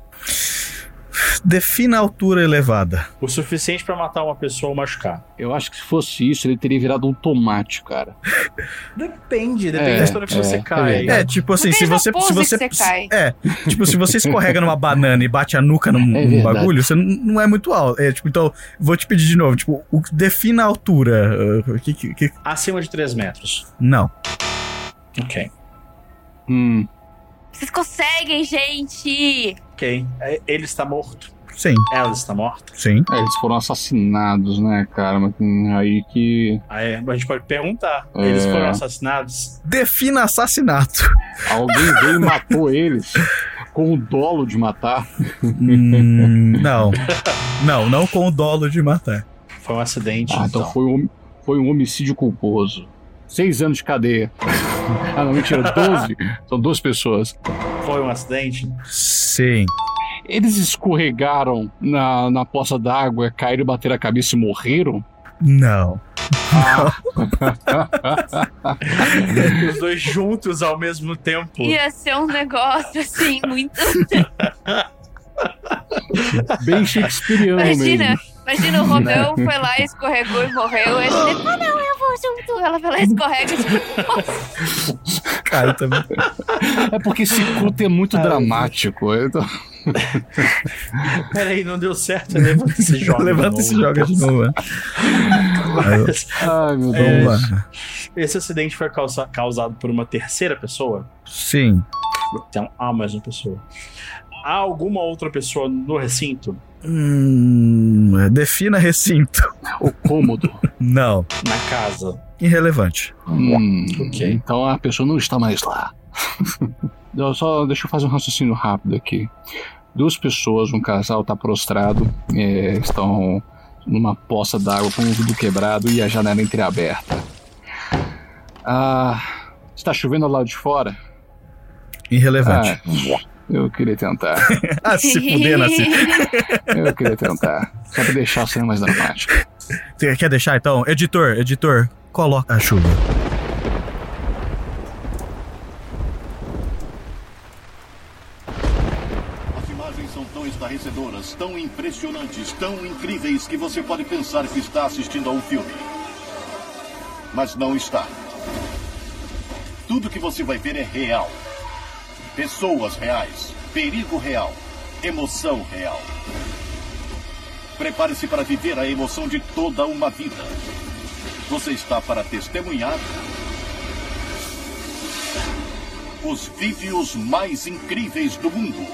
Speaker 1: Defina a altura elevada.
Speaker 4: O suficiente pra matar uma pessoa ou machucar.
Speaker 3: Eu acho que se fosse isso, ele teria virado um tomate, cara.
Speaker 4: Depende,
Speaker 3: depende É, da altura que é, você é cai. verdade.
Speaker 1: É, tipo assim,
Speaker 2: Depende
Speaker 1: se
Speaker 2: da
Speaker 1: você.
Speaker 2: pose
Speaker 1: Se
Speaker 2: que
Speaker 1: você,
Speaker 2: você cai.
Speaker 1: É, tipo, se você escorrega numa banana e bate a nuca num,
Speaker 3: É
Speaker 1: num
Speaker 3: verdade.
Speaker 1: bagulho, você n- não é muito alto. É, tipo, então, vou te pedir de novo, tipo, o- defina a altura. Uh, que- que- que-
Speaker 4: Acima de 3 metros.
Speaker 1: não.
Speaker 4: Ok.
Speaker 3: Hum.
Speaker 2: Vocês conseguem, gente!
Speaker 4: Ok. É, Ele está morto.
Speaker 1: Sim,
Speaker 4: Ela está morta.
Speaker 1: sim.
Speaker 3: É, eles foram assassinados, né, cara? Mas hum, aí que
Speaker 4: Aí a gente pode perguntar.
Speaker 3: É.
Speaker 4: Eles foram assassinados?
Speaker 1: Defina assassinato.
Speaker 3: alguém veio e matou eles com o dolo de matar.
Speaker 1: Hum, não. Não, não com o dolo de matar.
Speaker 4: Foi um acidente.
Speaker 3: Ah, então foi um, foi um homicídio culposo. Seis anos de cadeia. Ah, não, mentira, doze. São duas pessoas.
Speaker 4: Foi um acidente?
Speaker 1: Sim.
Speaker 3: Eles escorregaram na, na poça d'água, caíram, bateram a cabeça e morreram?
Speaker 1: Não.
Speaker 4: Os dois juntos ao mesmo tempo.
Speaker 2: Ia ser um negócio assim, muito.
Speaker 3: Bem shakespeariano
Speaker 2: Imagina,
Speaker 3: mesmo.
Speaker 2: imagina o Romeu foi lá, escorregou e morreu. Ele, ah, não, eu vou junto. Ela foi lá, escorrega e tipo,
Speaker 1: Cara, então também.
Speaker 3: É porque esse culto é muito dramático. Então,
Speaker 4: Peraí, não deu certo. né? Levanta e se joga. de
Speaker 1: Levanta
Speaker 4: novo.
Speaker 1: e se joga de novo. né?
Speaker 3: ai, meu Deus.
Speaker 1: Vamos
Speaker 4: É.
Speaker 1: lá.
Speaker 4: Esse acidente foi causa- causado por uma terceira pessoa?
Speaker 1: Sim.
Speaker 4: Então, há mais uma pessoa. Há alguma outra pessoa no recinto?
Speaker 1: Hum, defina recinto.
Speaker 3: O cômodo.
Speaker 1: Não.
Speaker 4: Na casa?
Speaker 1: Irrelevante.
Speaker 3: Hum,
Speaker 4: Ok.
Speaker 3: Então a pessoa não está mais lá. Não, só deixa eu fazer um raciocínio rápido aqui. Duas pessoas, um casal está prostrado, é, estão numa poça d'água com tudo quebrado e a janela entreaberta. Ah, está chovendo lá de fora?
Speaker 1: Irrelevante.
Speaker 3: Ah, eu queria tentar.
Speaker 1: Ah, se assim. fuder, Nasci.
Speaker 3: Eu queria tentar. Só pra deixar a cena mais dramática.
Speaker 1: Você Quer deixar então? Editor, editor, coloca a chuva.
Speaker 11: As imagens são tão estarrecedoras, tão impressionantes, tão incríveis que você pode pensar que está assistindo a um filme. Mas não está. Tudo que você vai ver é real. Pessoas reais, perigo real, emoção real. Prepare-se para viver a emoção de toda uma vida. Você está para testemunhar os vídeos mais incríveis do mundo.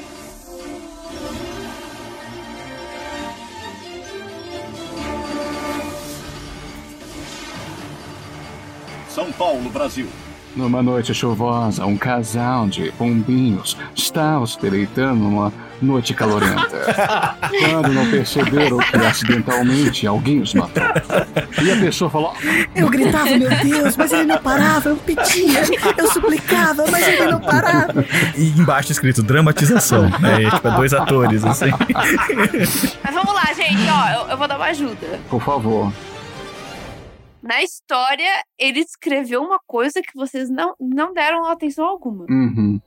Speaker 11: São Paulo, Brasil.
Speaker 3: Numa noite chuvosa, um casal de pombinhos estava se deleitando numa noite calorenta. Quando não perceberam que acidentalmente alguém os matou. E a pessoa falou:
Speaker 6: Eu gritava, meu Deus, mas ele não parava, eu pedia, eu suplicava, mas ele não parava.
Speaker 1: E embaixo escrito dramatização. É, tipo, dois atores, assim.
Speaker 2: Mas vamos lá, gente, ó, eu, eu vou dar uma ajuda.
Speaker 3: Por favor,
Speaker 2: Na história, ele escreveu uma coisa que vocês não, não deram atenção alguma.
Speaker 3: uhum.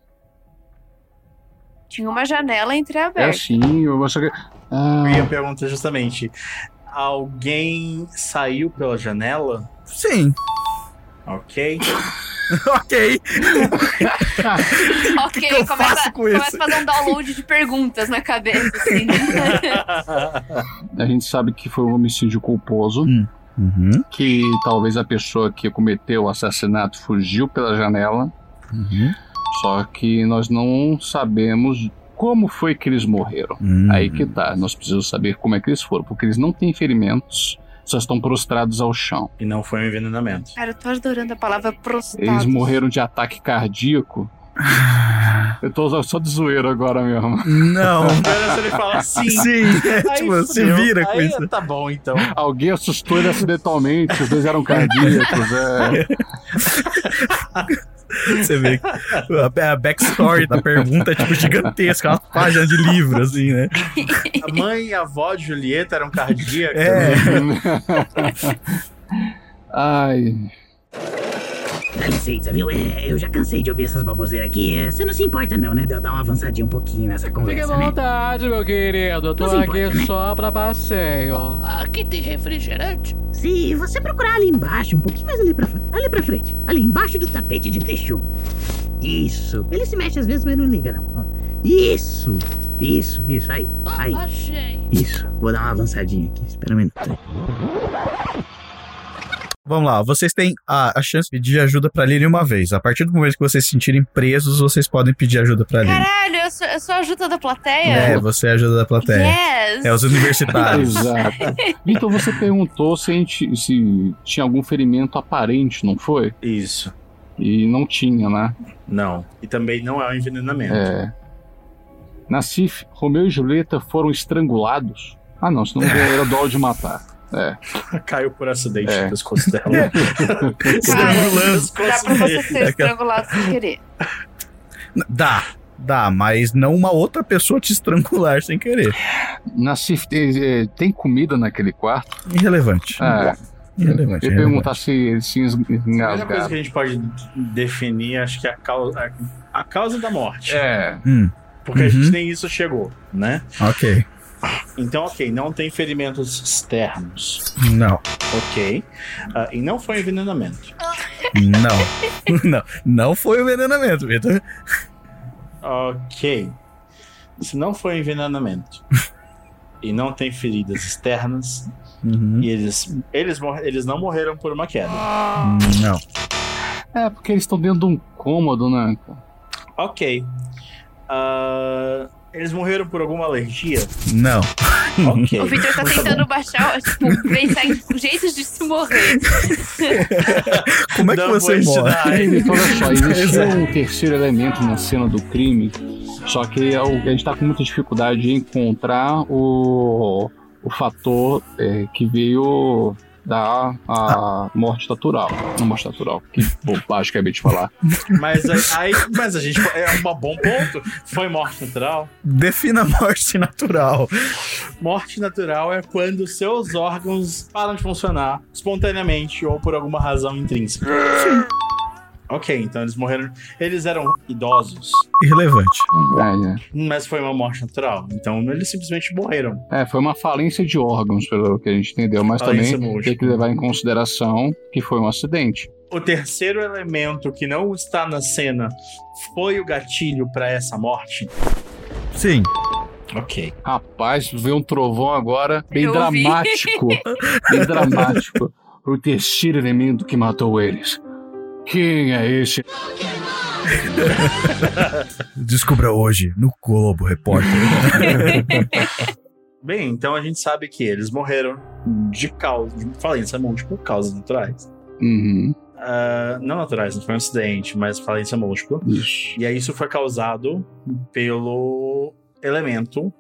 Speaker 2: Tinha uma janela
Speaker 3: é
Speaker 2: entreaberta.
Speaker 3: assim, eu vou só que.
Speaker 4: Eu
Speaker 3: Ah,
Speaker 4: ia perguntar justamente. Alguém saiu pela janela?
Speaker 1: Sim.
Speaker 4: Ok.
Speaker 1: ok.
Speaker 2: ok,
Speaker 1: que eu
Speaker 2: começa,
Speaker 1: faço com
Speaker 2: começa
Speaker 1: isso?
Speaker 2: a fazer um download de perguntas na cabeça, assim.
Speaker 3: a gente sabe que foi um homicídio culposo,
Speaker 1: Uhum,
Speaker 3: que talvez a pessoa que cometeu o assassinato fugiu pela janela,
Speaker 1: uhum,
Speaker 3: só que nós não sabemos como foi que eles morreram.
Speaker 1: hum.
Speaker 3: Aí
Speaker 6: Uhum.
Speaker 3: que tá, nós precisamos saber como é que eles foram, porque eles não têm ferimentos, só estão prostrados ao chão.
Speaker 4: E não foi um envenenamento.
Speaker 2: Cara, eu tô adorando a palavra prostrados.
Speaker 3: Eles morreram de ataque cardíaco. Eu tô só- só de zoeiro agora mesmo.
Speaker 1: Não.
Speaker 4: Olha se ele fala sim.
Speaker 1: Sim, é, tipo, se
Speaker 4: fudeu.
Speaker 1: vira com
Speaker 4: Aí,
Speaker 1: isso.
Speaker 4: Tá bom, então.
Speaker 3: Alguém assustou ele acidentalmente, os dois eram cardíacos, é.
Speaker 1: Você vê que a a backstory da pergunta é, tipo, gigantesca. Uma página de livro, assim, né?
Speaker 4: A mãe e a avó de Julieta eram cardíacas.
Speaker 1: É.
Speaker 3: Ai.
Speaker 6: dá licença, viu? É, eu já cansei de ouvir essas baboseiras aqui. É, Você não se importa, não, né? De eu dar uma avançadinha um pouquinho nessa
Speaker 7: Fique à
Speaker 6: conversa, né?
Speaker 7: vontade, meu querido. Eu tô
Speaker 6: Não se
Speaker 7: aqui
Speaker 6: importa, né?
Speaker 7: só pra passeio.
Speaker 6: Aqui tem refrigerante? Se você procurar ali embaixo, um pouquinho mais ali pra, fr- ali pra frente. Ali embaixo do tapete de texugo. Isso. Ele se mexe às vezes, mas não liga, não. Ó. Isso. Isso, isso. Aí. Aí.
Speaker 9: Achei.
Speaker 6: Isso. Vou dar uma avançadinha aqui. Espera um minuto.
Speaker 1: Vamos lá, vocês têm a, a chance de pedir ajuda pra Lili uma vez. A partir do momento que vocês se sentirem presos, vocês podem pedir ajuda pra Lili.
Speaker 2: Caralho, eu sou, eu sou a ajuda da
Speaker 1: É,
Speaker 2: plateia?
Speaker 1: você ajuda da plateia.
Speaker 2: Yes!
Speaker 1: É os universitários.
Speaker 3: Exato. Vitor, você perguntou se, a gente- se tinha algum ferimento aparente, não foi?
Speaker 4: Isso.
Speaker 3: E não tinha, né?
Speaker 4: Não. E também não é um envenenamento.
Speaker 3: É. Nassif, Romeu e Julieta foram estrangulados. Ah, não, senão era o dólar de matar. É.
Speaker 4: Caiu por acidente no pescoço dela.
Speaker 1: Estrangulando.
Speaker 2: Dá pra você ser
Speaker 1: É que-
Speaker 2: estrangulado sem querer.
Speaker 1: Dá, dá, mas não uma outra pessoa te estrangular sem querer.
Speaker 3: Nassif, eh, eh, tem comida naquele quarto?
Speaker 1: Irrelevante.
Speaker 3: É.
Speaker 1: Irrelevante.
Speaker 3: Eu ia perguntar se eles se
Speaker 4: A única coisa que
Speaker 3: engasgaram.
Speaker 4: a gente pode definir, acho que é a causa, a- a causa da morte.
Speaker 3: É.
Speaker 1: Hum,
Speaker 4: Porque a gente nem isso chegou, né?
Speaker 1: ok.
Speaker 4: Então, ok, não tem ferimentos externos.
Speaker 1: Não,
Speaker 4: Ok. Ah, e não foi envenenamento.
Speaker 1: não, não. Não foi o envenenamento, Vitor.
Speaker 4: Ok. Se não foi um envenenamento e não tem feridas externas,
Speaker 1: Uhum.
Speaker 4: e eles, eles, mor- eles não morreram por uma queda.
Speaker 1: Não.
Speaker 3: É, porque eles estão dentro de um cômodo, né?
Speaker 4: Ok. Ah, eles morreram por alguma alergia?
Speaker 1: Não.
Speaker 4: Ok.
Speaker 2: O Victor tá tentando baixar, tipo, pensar em jeitos de se morrer.
Speaker 1: Como é que você morre?
Speaker 3: Então, olha só, existe
Speaker 1: Exato.
Speaker 3: um terceiro elemento na cena do crime, só que é o- a gente tá com muita dificuldade de encontrar o, o fator é, que veio da a morte natural. Não morte natural, que bobagem que eu acabei de falar.
Speaker 4: Mas a- aí, mas a gente é um bom ponto. Foi morte natural.
Speaker 1: Defina a morte natural.
Speaker 4: Morte natural é quando seus órgãos param de funcionar espontaneamente ou por alguma razão intrínseca. Ok, então eles morreram. Eles eram idosos,
Speaker 1: Irrelevante.
Speaker 3: É, né?
Speaker 4: mas foi uma morte natural. Então eles simplesmente morreram.
Speaker 3: É, foi uma falência de órgãos, pelo que a gente entendeu, mas
Speaker 4: Falência
Speaker 3: também
Speaker 4: múltipla.
Speaker 3: tem que levar em consideração que foi um acidente.
Speaker 4: O terceiro elemento que não está na cena foi o gatilho para essa morte.
Speaker 1: Sim.
Speaker 4: Ok.
Speaker 3: Rapaz, veio um trovão agora bem
Speaker 2: Eu ouvi.
Speaker 3: dramático. Bem dramático. O terceiro elemento que matou eles. Quem é esse?
Speaker 1: Descubra hoje no Globo Repórter.
Speaker 4: Bem, então a gente sabe que eles morreram de causa, de falência múltipla, causas naturais.
Speaker 3: Uhum.
Speaker 4: Ah, não naturais, não foi um acidente, mas falência múltipla.
Speaker 3: Isso.
Speaker 4: E aí isso foi causado pelo elemento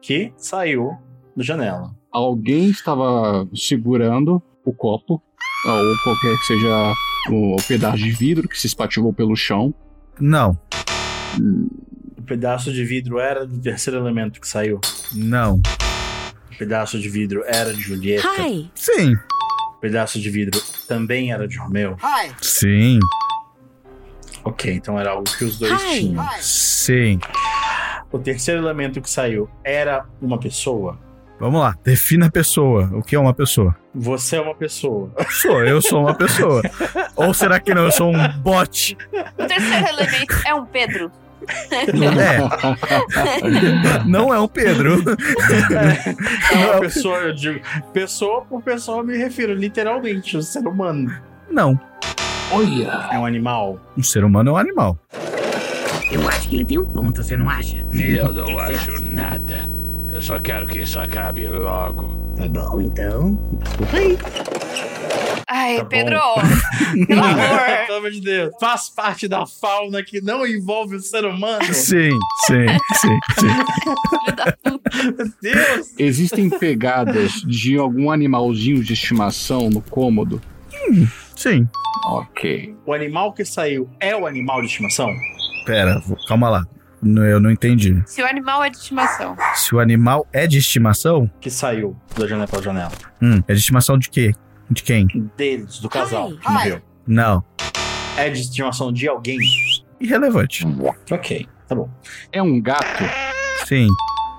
Speaker 4: que saiu da janela.
Speaker 3: Alguém estava segurando o copo, ou qualquer que seja o pedaço de vidro que se espatifou pelo chão.
Speaker 1: Não,
Speaker 4: O pedaço de vidro era do terceiro elemento que saiu.
Speaker 1: não.
Speaker 4: O pedaço de vidro era de Julieta.
Speaker 1: Sim,
Speaker 4: O pedaço de vidro também era de Romeu.
Speaker 1: sim,
Speaker 4: Ok, então era algo que os dois tinham.
Speaker 1: sim.
Speaker 4: O terceiro elemento que saiu era uma pessoa.
Speaker 1: Vamos lá, defina a pessoa. O que é uma pessoa?
Speaker 4: Você é uma pessoa.
Speaker 1: Sou, eu sou uma pessoa. Ou será que não, eu sou um bot?
Speaker 2: O terceiro elemento é um Pedro.
Speaker 1: É, não é um Pedro.
Speaker 4: É uma
Speaker 1: Não.
Speaker 4: pessoa, eu digo. Pessoa por pessoa eu me refiro, literalmente, um ser humano.
Speaker 1: Não,
Speaker 3: Olha!
Speaker 4: É um animal.
Speaker 1: um ser humano é um animal.
Speaker 6: Eu acho que ele tem um ponto, você não acha?
Speaker 8: Eu não acho nada. Eu só quero que isso acabe logo.
Speaker 6: Tá bom, então. Desculpa aí.
Speaker 2: Ai,
Speaker 4: Tá bom.
Speaker 2: Pedro, pelo amor.
Speaker 4: Pelo amor de Deus. Faz parte da fauna que não envolve o ser humano.
Speaker 1: Sim, sim, sim, sim.
Speaker 4: Deus!
Speaker 3: Existem pegadas de algum animalzinho de estimação no cômodo?
Speaker 1: Sim.
Speaker 3: Ok.
Speaker 4: O animal que saiu é o animal de estimação?
Speaker 1: Pera, vou- calma lá. Não, Eu não entendi.
Speaker 2: Se o animal é de estimação.
Speaker 1: Se o animal é de estimação,
Speaker 4: Que saiu da janela pela janela.
Speaker 1: hum, é de estimação de quê? De quem?
Speaker 4: Deles, do casal que morreu.
Speaker 1: Não.
Speaker 4: é de estimação de alguém?
Speaker 1: Irrelevante.
Speaker 4: Ok, tá bom.
Speaker 3: É um gato?
Speaker 1: Sim.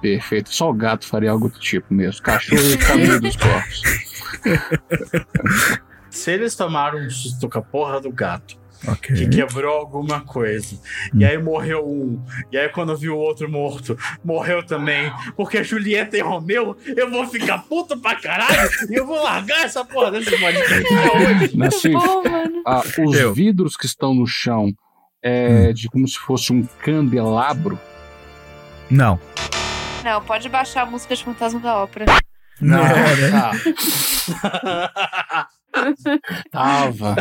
Speaker 3: Perfeito. Só o gato faria algo do tipo mesmo. Cachorro e caminho dos corpos.
Speaker 4: Se eles tomaram um susto com a porra do gato,
Speaker 1: Ok.
Speaker 4: que é quebrou alguma coisa, e aí morreu um, e aí quando eu vi o outro morto, morreu também, porque Julieta e Romeu, eu vou ficar puto pra caralho e eu vou largar essa porra desse podcast pra hoje.
Speaker 3: Assim, ah, os vidros que estão no chão
Speaker 7: Hum.
Speaker 3: é de como se fosse um candelabro.
Speaker 1: Não.
Speaker 2: Não, pode baixar a música de Fantasma da Ópera.
Speaker 1: Não,
Speaker 4: tá.
Speaker 3: Tava.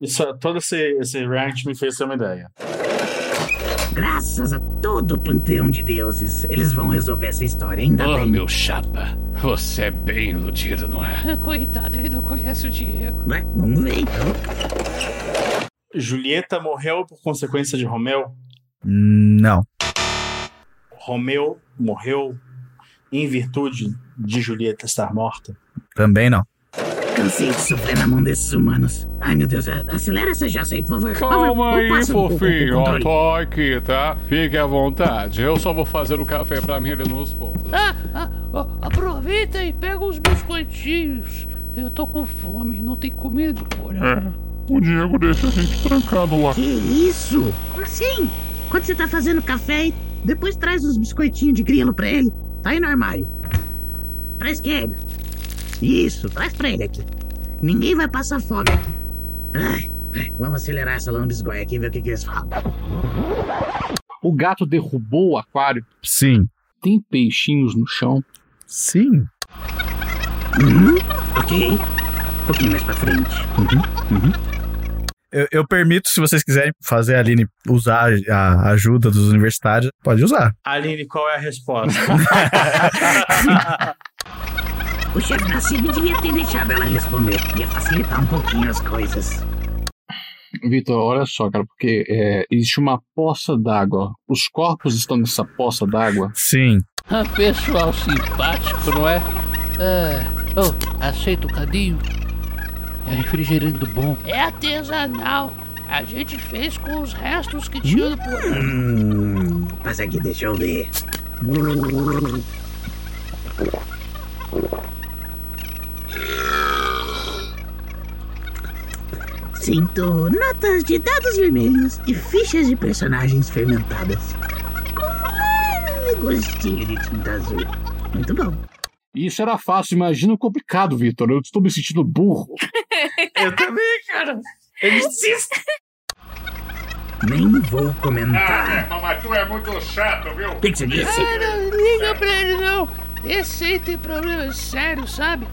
Speaker 4: Isso, todo esse, esse rant me fez ter uma ideia.
Speaker 6: Graças a todo o panteão de deuses, eles vão resolver essa história, ainda
Speaker 8: oh,
Speaker 6: bem.
Speaker 8: meu chapa, você é bem iludido, não é?
Speaker 12: Coitado, ele não conhece o Diego.
Speaker 6: Ué, vamos ver então.
Speaker 4: Julieta morreu por consequência de Romeu.
Speaker 1: Não.
Speaker 4: Romeu morreu em virtude de Julieta estar morta.
Speaker 1: Também não.
Speaker 6: Cansei de sofrer na mão desses humanos. Ai, meu Deus, a- acelera essa jossa aí, por favor. um Por favor,
Speaker 7: Calma
Speaker 6: ou
Speaker 7: aí,
Speaker 6: passa o- o- o
Speaker 7: fofinho. Ó,
Speaker 6: controle.
Speaker 7: tô aqui, tá? Fique à vontade. Eu só vou fazer o café pra mim ali nos fundos.
Speaker 12: Ah, ah, ó, aproveita e pega os biscoitinhos. Eu tô com fome, não tem comida, porra.
Speaker 7: É, o Diego deixa a gente trancado lá.
Speaker 6: Que isso? Como assim? Quando você tá fazendo café aí, depois traz uns biscoitinhos de grilo pra ele. Tá aí no armário. Pra esquerda. Isso, traz pra ele aqui. Ninguém vai passar fome aqui. Ai, ai, vamos acelerar essa lambisgoia aqui e ver o que, que eles falam.
Speaker 3: O gato derrubou o aquário.
Speaker 1: Sim.
Speaker 3: Tem peixinhos no chão.
Speaker 1: Sim.
Speaker 6: ok. Um pouquinho mais pra frente.
Speaker 1: Eu, eu permito, se vocês quiserem fazer a Aline usar a ajuda dos universitários, pode usar.
Speaker 4: Aline, qual é a resposta?
Speaker 6: O chefe da CIV devia ter deixado ela responder. Ia facilitar um pouquinho as coisas.
Speaker 3: Vitor, olha só, cara, porque é, existe uma poça d'água. Os corpos estão nessa poça d'água.
Speaker 1: Sim.
Speaker 12: Ah, pessoal simpático, não é? Ah, oh, aceita o cadinho? É refrigerando bom. É artesanal. A gente fez com os restos que tinha do porão.
Speaker 6: Hum, mas aqui deixa eu ver. Sinto notas de dados vermelhos e fichas de personagens fermentadas. Com um leve gostinho de tinta azul. Muito bom.
Speaker 3: Isso era fácil, imagina o complicado, Vitor. Eu estou me sentindo burro.
Speaker 4: eu também, cara. Ele desiste.
Speaker 6: Nem vou comentar.
Speaker 13: irmão, mas tu é muito chato, viu?
Speaker 6: O que, que você disse?
Speaker 12: Ah, não liga pra ele, não. Esse aí tem problema sério, sabe?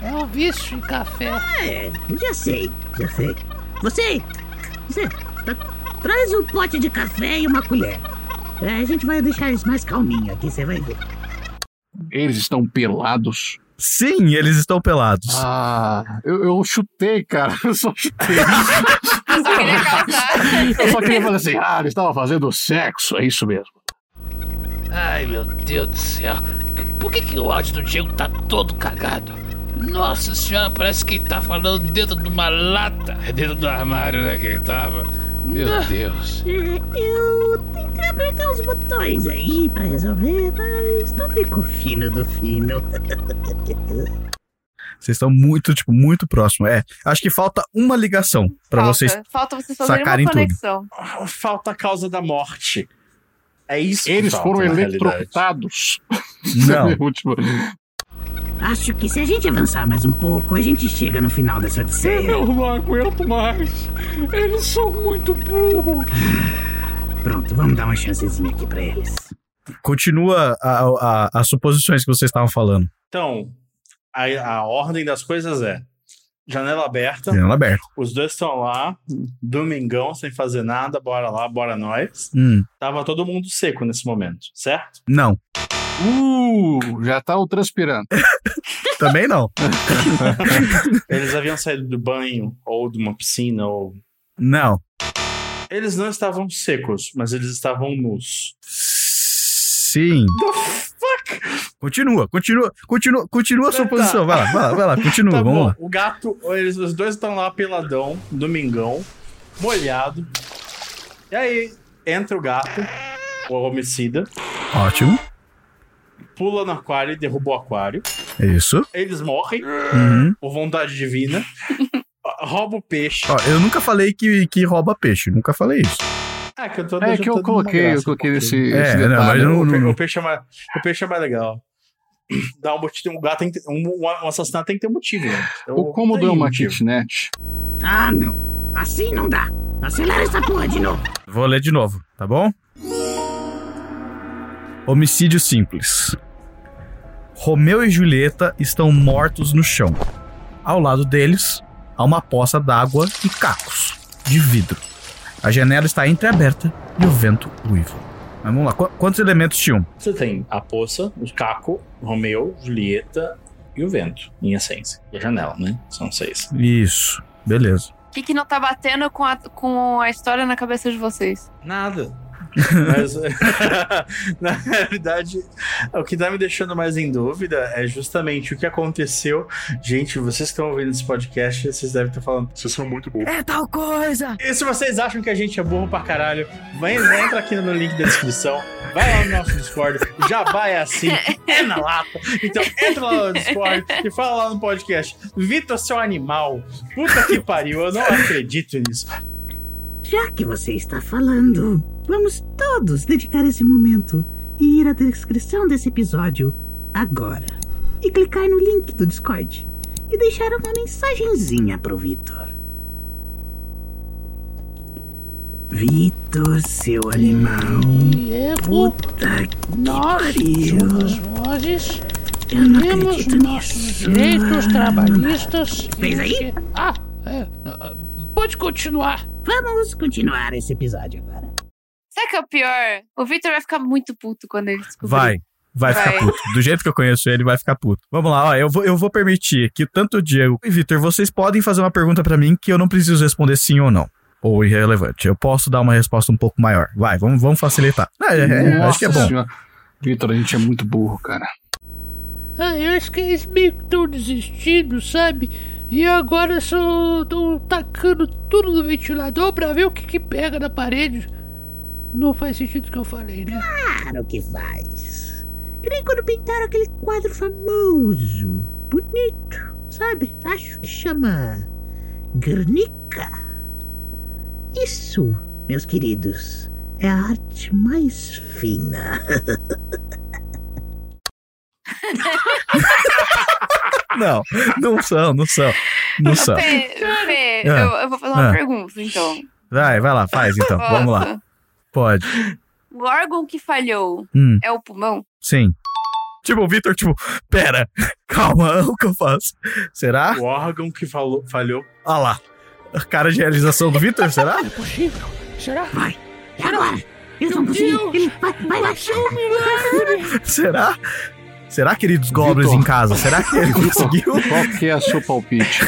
Speaker 12: É um vício em café.
Speaker 6: É, já sei, já sei. Você, você, tra- traz um pote de café e uma colher. É, a gente vai deixar eles mais calminhos aqui, você vai ver.
Speaker 3: Eles estão pelados.
Speaker 1: Sim, eles estão pelados.
Speaker 3: Ah, eu, eu chutei, cara. Eu só chutei.
Speaker 2: Eu só queria
Speaker 3: eu só queria falar assim, ah, eles estavam fazendo sexo, é isso mesmo.
Speaker 12: Ai, meu Deus do céu. Por que, que o áudio do Diego tá todo cagado? Nossa senhora, parece que ele tá falando dentro de uma lata.
Speaker 8: É dentro do armário, né, que ele tava? Meu
Speaker 12: Ah.
Speaker 8: Deus.
Speaker 6: É, eu tentei apertar os botões aí pra resolver, mas não ficou fino do fino.
Speaker 1: Vocês estão muito, tipo, muito próximo. É, acho que falta uma ligação pra
Speaker 2: Falta.
Speaker 1: vocês.
Speaker 2: Falta vocês fazerem
Speaker 1: sacarem
Speaker 2: uma
Speaker 1: tudo.
Speaker 2: conexão.
Speaker 4: Falta a causa da morte. É isso que
Speaker 3: Eles
Speaker 4: falta,
Speaker 3: foram é
Speaker 4: na
Speaker 3: eletrocutados.
Speaker 1: Não.
Speaker 3: Último.
Speaker 6: Acho que se a gente avançar mais um pouco, a gente chega no final dessa odisseia.
Speaker 7: Eu não aguento mais. Eles são muito burros.
Speaker 6: Pronto, vamos dar uma chancezinha aqui pra eles.
Speaker 1: Continua a- a- a- as suposições que vocês estavam falando.
Speaker 4: Então, a, a ordem das coisas é: janela aberta,
Speaker 1: Janela aberta.
Speaker 4: os dois estão lá, domingão, sem fazer nada, bora lá, bora nós.
Speaker 1: Hum,
Speaker 4: Tava todo mundo seco nesse momento, certo?
Speaker 1: não.
Speaker 3: Uh, já estavam transpirando.
Speaker 1: Também não.
Speaker 4: Eles haviam saído do banho, ou de uma piscina, ou.
Speaker 1: Não.
Speaker 4: Eles não estavam secos, mas eles estavam nus.
Speaker 1: Sim.
Speaker 4: The fuck?
Speaker 1: Continua, continua, continua, continua a sua
Speaker 4: Tá.
Speaker 1: posição. Vai lá, vai lá, vai lá, continua,
Speaker 4: Tá
Speaker 1: Hum, vamos
Speaker 4: bom.
Speaker 1: lá.
Speaker 4: O gato, eles, os dois estão lá peladão, domingão, molhado. E aí entra o gato, o homicida,
Speaker 1: Ótimo.
Speaker 4: pula no aquário e derruba o aquário.
Speaker 1: Isso.
Speaker 4: Eles morrem
Speaker 1: Uhum.
Speaker 4: por vontade divina. rouba o peixe.
Speaker 1: Ó, eu nunca falei que, que rouba peixe, nunca falei isso.
Speaker 4: É que eu, tô
Speaker 3: É que eu
Speaker 4: deixando
Speaker 3: coloquei,
Speaker 4: uma
Speaker 3: eu
Speaker 4: graça
Speaker 3: coloquei
Speaker 4: um
Speaker 3: esse,
Speaker 4: pouquinho.
Speaker 1: É,
Speaker 3: esse
Speaker 1: não,
Speaker 3: detalhe.
Speaker 1: mas não-
Speaker 4: O pe- O peixe é mais, o peixe é mais legal. Dá um motivo, um gato tem que ter- um, um assassinato tem que ter um motivo. né? Então,
Speaker 3: O cômodo
Speaker 4: tem
Speaker 3: é
Speaker 4: um
Speaker 3: uma
Speaker 4: motivo.
Speaker 3: kitnet.
Speaker 6: Ah, não. Assim não dá. Acelera essa porra de novo.
Speaker 1: Vou ler de novo, tá bom? Homicídio simples. Romeu e Julieta estão mortos no chão. Ao lado deles, há uma poça d'água e cacos de vidro. A janela está entreaberta e o vento uiva. Mas vamos lá, qu- quantos elementos tinham?
Speaker 4: Você tem a poça, o caco, Romeu, Julieta e o vento, em essência. E a janela, né? São seis.
Speaker 1: Isso, beleza.
Speaker 2: O que, que não tá batendo com a, com a história na cabeça de vocês?
Speaker 4: Nada. Mas, na realidade, o que tá me deixando mais em dúvida é justamente o que aconteceu. Gente, vocês que estão ouvindo esse podcast, vocês devem estar falando. Vocês são muito burros.
Speaker 6: É tal coisa.
Speaker 4: E se vocês acham que a gente é burro pra caralho, vai, vai entra aqui no link da descrição, vai lá no nosso Discord, já vai assim, é na lata. Então entra lá no Discord e fala lá no podcast. Vitor, seu animal, puta que pariu, eu não acredito nisso.
Speaker 6: Já que você está falando, vamos todos dedicar esse momento e ir à descrição desse episódio agora. E clicar no link do Discord e deixar uma mensagenzinha pro Vitor. Vitor, seu animal.
Speaker 12: Diego, nós
Speaker 6: pariu.
Speaker 12: somos vozes.
Speaker 6: Eu não
Speaker 12: Temos
Speaker 6: acredito
Speaker 12: nossos direitos trabalhistas.
Speaker 6: Fez aí?
Speaker 12: Ah, é, ah, pode continuar.
Speaker 6: Vamos continuar esse episódio agora.
Speaker 2: Sabe o que é o pior? O Victor vai ficar muito puto quando ele descobrir.
Speaker 1: Vai. Vai
Speaker 2: Vai.
Speaker 1: ficar puto. Do jeito que eu conheço ele, vai ficar puto. Vamos lá, ó. Eu vou, eu vou permitir que tanto o Diego e Vitor, vocês podem fazer uma pergunta pra mim que eu não preciso responder sim ou não. Ou irrelevante. Eu posso dar uma resposta um pouco maior. Vai, vamos, vamos facilitar. Ah, é, é, acho que é bom.
Speaker 3: Vitor, a gente é muito burro, cara.
Speaker 12: Ah, eu acho que eles meio que estão desistindo, sabe? E agora só estão tacando tudo no ventilador pra ver o que, que pega na parede. Não faz sentido o que eu falei, né?
Speaker 6: Claro que faz. Que nem quando pintaram aquele quadro famoso, bonito, sabe? Acho que chama Guernica. Isso, meus queridos, é a arte mais fina.
Speaker 1: Não, não são, não são. Não são.
Speaker 2: Fê, Fê,
Speaker 1: Ah.
Speaker 2: eu, eu vou fazer uma
Speaker 1: Ah.
Speaker 2: pergunta, então.
Speaker 1: Vai, vai lá, faz então. Vamos lá. Pode.
Speaker 2: O órgão que falhou
Speaker 1: Hum.
Speaker 2: é o pulmão?
Speaker 1: Sim. Tipo, o Vitor, tipo, pera, calma, o que eu faço? Será?
Speaker 4: O órgão que falou, falhou.
Speaker 1: Olha lá. A cara de realização do Vitor, será?
Speaker 12: Possível? Será?
Speaker 6: Vai.
Speaker 12: é?
Speaker 6: Agora! Eles vão conseguir! Ele vai, vai lá!
Speaker 1: Será? Será, queridos goblins
Speaker 3: Vitor.
Speaker 1: em casa? Será que ele conseguiu?
Speaker 3: Qual que é a sua palpite?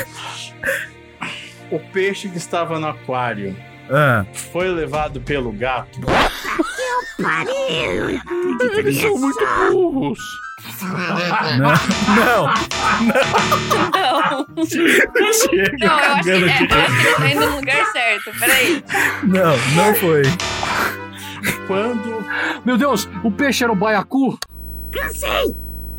Speaker 4: O peixe que estava no aquário
Speaker 1: Ah,
Speaker 4: foi levado pelo gato.
Speaker 6: Pariu!
Speaker 12: Eles são muito burros.
Speaker 1: não, não.
Speaker 2: Não.
Speaker 1: Chega
Speaker 2: Não, eu acho que,
Speaker 1: cagando
Speaker 2: é,
Speaker 1: aqui.
Speaker 2: eu acho que ele tá indo no lugar certo. Peraí.
Speaker 1: Não, não foi.
Speaker 4: Quando
Speaker 3: Meu Deus, o peixe era o baiacu?
Speaker 6: Cansei!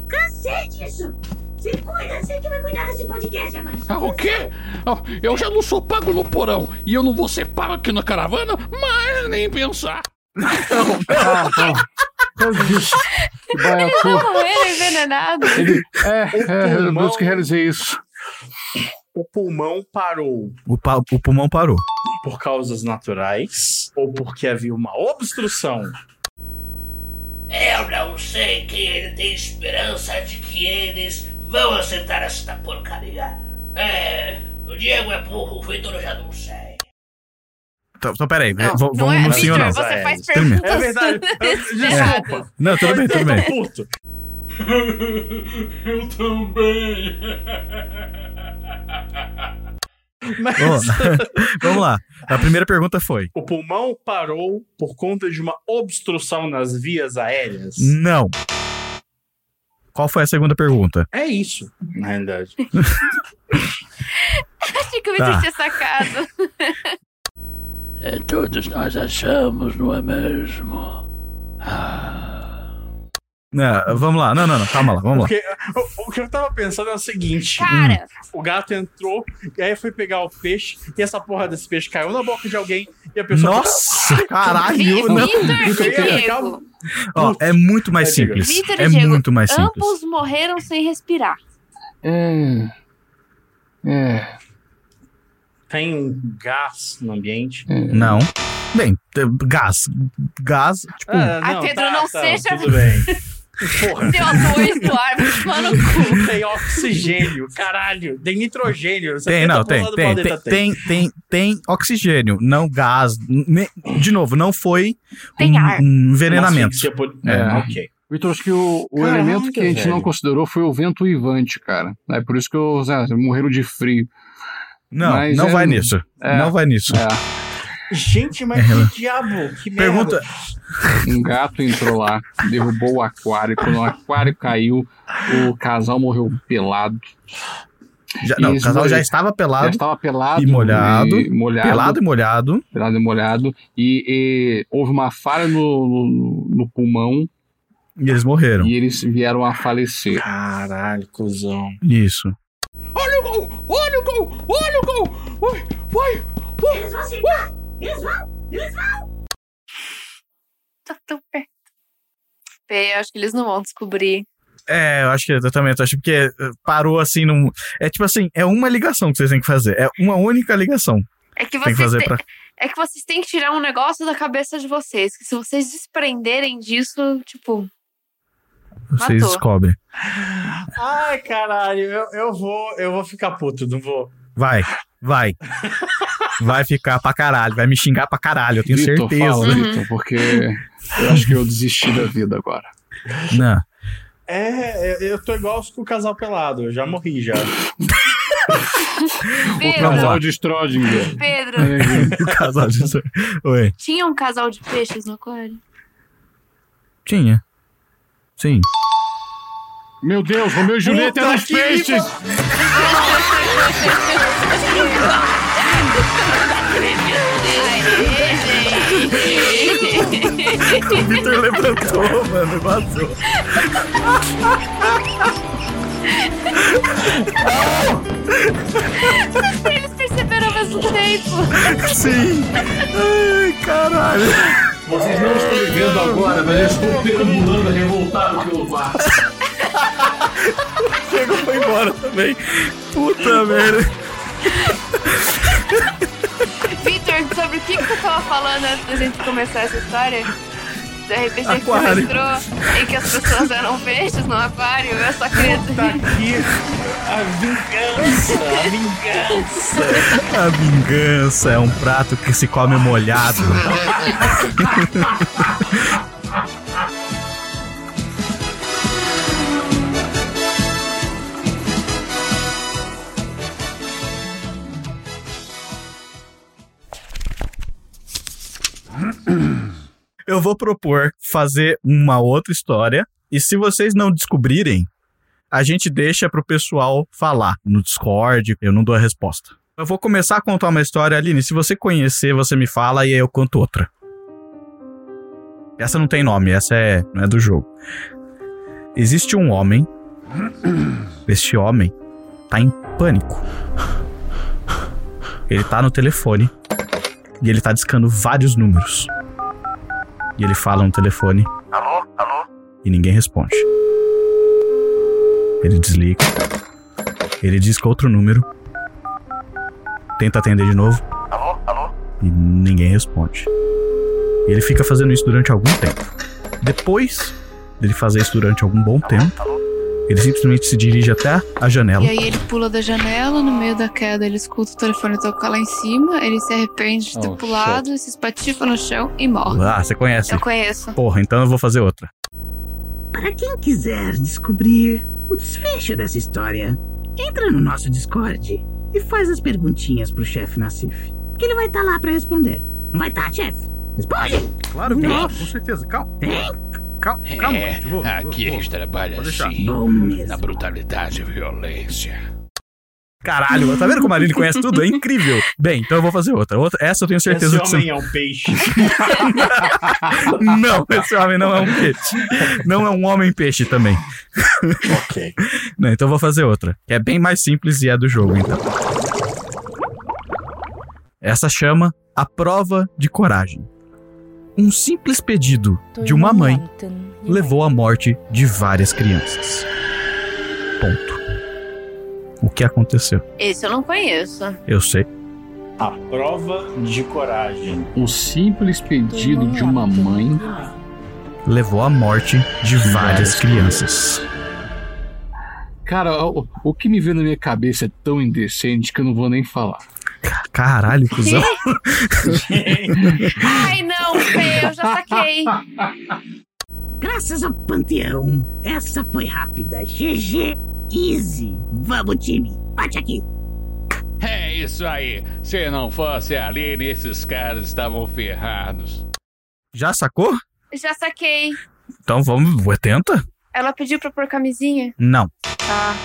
Speaker 6: Cansei disso! Se cuida, sei que vai cuidar desse podcast agora!
Speaker 12: Ah, o quê? Ah, Eu já não sou pago no porão e eu não vou ser pago aqui na caravana, mas nem pensar.
Speaker 3: Ah, bom. Meu Deus, o baiacu.
Speaker 2: Não, ele é envenenado.
Speaker 3: Ele, é, é, eu
Speaker 4: pulmão.
Speaker 3: meus que realizei isso.
Speaker 4: o pulmão parou
Speaker 1: O, pa- o pulmão parou.
Speaker 4: por causas naturais ou porque havia uma obstrução.
Speaker 14: Eu não sei que ele tem esperança de que eles vão acertar esta porcaria. É, o Diego é burro, o Vitor eu já não sei.
Speaker 1: Então, então peraí,
Speaker 2: Não,
Speaker 1: v-
Speaker 2: não
Speaker 1: vamos
Speaker 2: é,
Speaker 1: no sim ou não.
Speaker 2: Victor, você faz
Speaker 1: Tudo bem.
Speaker 2: perguntas.
Speaker 4: É verdade. Eu- Desculpa.
Speaker 1: Não, tudo bem, tudo bem.
Speaker 4: Puto.
Speaker 13: Eu também.
Speaker 4: Mas
Speaker 1: Vamos lá. Vamos lá. A primeira pergunta foi:
Speaker 4: o pulmão parou
Speaker 1: Hum.
Speaker 4: por conta de uma obstrução nas vias aéreas.
Speaker 1: Não. Qual foi a segunda pergunta?
Speaker 4: É isso, na realidade.
Speaker 1: Hum.
Speaker 2: Acho que eu me
Speaker 1: Tá.
Speaker 2: senti sacado.
Speaker 12: É, todos nós achamos, não é mesmo?
Speaker 1: Não, vamos lá, não, não, não, calma lá, vamos lá.
Speaker 4: Porque o, o que eu tava pensando é o seguinte:
Speaker 2: Cara.
Speaker 4: o gato entrou, e aí foi pegar o peixe, e essa porra desse peixe caiu na boca de alguém, e a pessoa.
Speaker 1: Nossa, caralho, não.
Speaker 4: é
Speaker 2: Vitor e Diego.
Speaker 1: Ó, é muito mais simples.
Speaker 2: Vitor e
Speaker 1: É
Speaker 2: Diego,
Speaker 1: muito mais simples.
Speaker 2: ambos morreram sem respirar.
Speaker 3: É. É.
Speaker 4: Tem um gás no ambiente.
Speaker 2: um.
Speaker 1: Não. Bem, t- gás. Gás, tipo.
Speaker 4: Ah,
Speaker 2: Ai, Pedro, não seja-
Speaker 4: Tudo bem. Porra.
Speaker 2: CO2 do ar, vai tomar no cu.
Speaker 4: Tem oxigênio, caralho. Tem nitrogênio.
Speaker 1: Tem,
Speaker 4: 70
Speaker 1: não, tem,
Speaker 4: por
Speaker 1: tem,
Speaker 4: lado do
Speaker 1: tem,
Speaker 4: planeta
Speaker 1: tem, tem, tem oxigênio, não gás. ne- de novo, não foi
Speaker 2: Tem
Speaker 1: um,
Speaker 2: ar.
Speaker 1: um envenenamento.
Speaker 4: Asfixia por-
Speaker 1: É,
Speaker 4: É,
Speaker 1: não.
Speaker 4: ok.
Speaker 3: Vitor, acho que o, o
Speaker 4: Caraca,
Speaker 3: elemento que a gente
Speaker 4: velho.
Speaker 3: não considerou foi o vento uivante, cara. É por isso que os ah, morreram de frio.
Speaker 1: Não,
Speaker 3: Mas
Speaker 1: não
Speaker 3: é-
Speaker 1: vai nisso.
Speaker 3: é.
Speaker 1: Não vai nisso.
Speaker 4: Gente, mas que diabo? Que
Speaker 1: É, né? Pergunta-
Speaker 4: merda.
Speaker 3: Um gato entrou lá, derrubou o aquário. Quando o aquário caiu, o casal morreu pelado.
Speaker 1: Já- não,
Speaker 3: E
Speaker 1: o casal já
Speaker 3: esmolhado.
Speaker 1: estava pelado.
Speaker 3: Já estava pelado
Speaker 1: e molhado,
Speaker 3: e molhado.
Speaker 1: Pelado e molhado.
Speaker 3: Pelado e molhado. E, e houve uma falha no, no- no pulmão
Speaker 1: E eles morreram.
Speaker 3: e eles vieram a falecer.
Speaker 4: Caralho, cuzão.
Speaker 1: Isso.
Speaker 12: Olha o gol! Olha o gol! Olha o gol! Vai! Vai!
Speaker 6: Eles vão chegar! Eles vão! Eles vão!
Speaker 2: Tá tão perto. Bem, eu acho que eles não vão descobrir.
Speaker 1: É, eu acho que eu também tô achando que é, parou assim num. É tipo assim, é uma ligação que vocês têm que fazer. É uma única ligação.
Speaker 2: É que
Speaker 1: Tem que
Speaker 2: vocês
Speaker 1: fazer
Speaker 2: têm-
Speaker 1: pra-
Speaker 2: É que vocês têm que tirar um negócio da cabeça de vocês. Que se vocês desprenderem disso, tipo.
Speaker 1: Vocês
Speaker 2: Matou.
Speaker 1: descobrem.
Speaker 4: Ai, caralho, eu, eu vou, eu vou ficar puto, não vou.
Speaker 1: Vai, vai. vai ficar pra caralho, vai me xingar pra caralho, eu tenho
Speaker 3: Vitor,
Speaker 1: certeza.
Speaker 3: fala, Vitor, porque eu acho que eu desisti da vida agora. né?
Speaker 1: Não.
Speaker 4: É, eu- eu tô igual o casal pelado, eu já morri já.
Speaker 2: Pedro,
Speaker 3: de Strodinger.
Speaker 2: Pedro,
Speaker 1: o casal de. Oi.
Speaker 2: tinha um casal de peixes no aquário?
Speaker 1: Tinha. Sim.
Speaker 3: Meu Deus, Romeu e Julieta
Speaker 12: Puta
Speaker 3: é dos
Speaker 12: que
Speaker 3: peixes!
Speaker 1: O Vitor levantou, mano, e vazou.
Speaker 2: Eles perceberam ao mesmo tempo.
Speaker 1: Sim. Ai, caralho.
Speaker 12: Vocês não estão me vendo agora, mas eu estou perambulando revoltado pelo quarto.
Speaker 1: Chegou foi embora também. Puta merda.
Speaker 2: Vitor, sobre o que, que tu tava falando antes da gente começar essa história? Do RPG que tu
Speaker 1: Aquário.
Speaker 2: entrou e que as pessoas eram peixes no aquário, eu só queria.
Speaker 4: A vingança, a vingança.
Speaker 1: A vingança é um prato que se come molhado. Eu vou propor fazer uma outra história. E se vocês não descobrirem, a gente deixa pro pessoal falar no Discord. Eu não dou a resposta. Eu vou começar a contar uma história, Aline. Se você conhecer, você me fala e aí eu conto outra. Essa não tem nome, essa é, não é do jogo. Existe um homem. Este homem tá em pânico. Ele tá no telefone e ele tá discando vários números. E ele fala no telefone. Alô? Alô? E ninguém responde. Ele desliga. Ele disca outro número. Tenta atender de novo. Alô? Alô? E ninguém responde. E ele fica fazendo isso durante algum tempo. Depois dele fazer isso durante algum bom tempo, ele simplesmente se dirige até a janela.
Speaker 2: E aí ele pula da janela, no meio da queda ele escuta o telefone tocar lá em cima, ele se arrepende de ter
Speaker 1: Oh,
Speaker 2: pulado, se espatifa no chão e morre.
Speaker 1: Ah, você conhece?
Speaker 2: Eu conheço.
Speaker 1: Porra, então eu vou fazer outra.
Speaker 6: Para quem quiser descobrir o desfecho dessa história, entra no nosso Discord e faz as perguntinhas pro chefe Nassif. Que ele vai tá estar lá pra responder. Não vai estar, chefe? tá, Responde! Tá
Speaker 1: Claro
Speaker 6: que não,
Speaker 1: com certeza. Calma.
Speaker 6: Tem?
Speaker 1: Calma, calma.
Speaker 8: É,
Speaker 1: gente, vou-
Speaker 8: aqui
Speaker 1: vou-
Speaker 8: a gente trabalha
Speaker 1: vou deixar.
Speaker 8: assim,
Speaker 1: Bom mesmo.
Speaker 8: na brutalidade e violência.
Speaker 1: Caralho, tá vendo como a Aline conhece tudo? É incrível. Bem, então eu vou fazer outra. outra essa eu tenho certeza
Speaker 4: Esse
Speaker 1: que
Speaker 4: homem
Speaker 1: você...
Speaker 4: é um peixe.
Speaker 1: Não, esse homem não é um peixe. Não é um homem peixe também.
Speaker 4: ok.
Speaker 1: Não, então eu vou fazer outra. Que é bem mais simples e é do jogo, então. Essa chama a prova de coragem. Um simples pedido de uma mãe levou à morte de várias crianças. Ponto. O que aconteceu?
Speaker 2: Esse eu não conheço.
Speaker 1: Eu sei.
Speaker 4: A prova de coragem.
Speaker 3: Um simples pedido de uma mãe.
Speaker 1: Levou à morte de várias crianças.
Speaker 3: Cara, o, o que me veio na minha cabeça é tão indecente que eu não vou nem falar.
Speaker 1: Caralho, cuzão.
Speaker 2: Ai, não, Fê, eu já saquei.
Speaker 6: Graças ao Panteão, essa foi rápida. GG, easy. Vamos, time. Bate aqui.
Speaker 8: É isso aí. Se não fosse a Aline, esses caras estavam ferrados.
Speaker 1: Já sacou?
Speaker 2: Já saquei.
Speaker 1: Então vamos, ué, tenta?
Speaker 2: Ela pediu pra pôr camisinha?
Speaker 1: Não.
Speaker 2: Ah.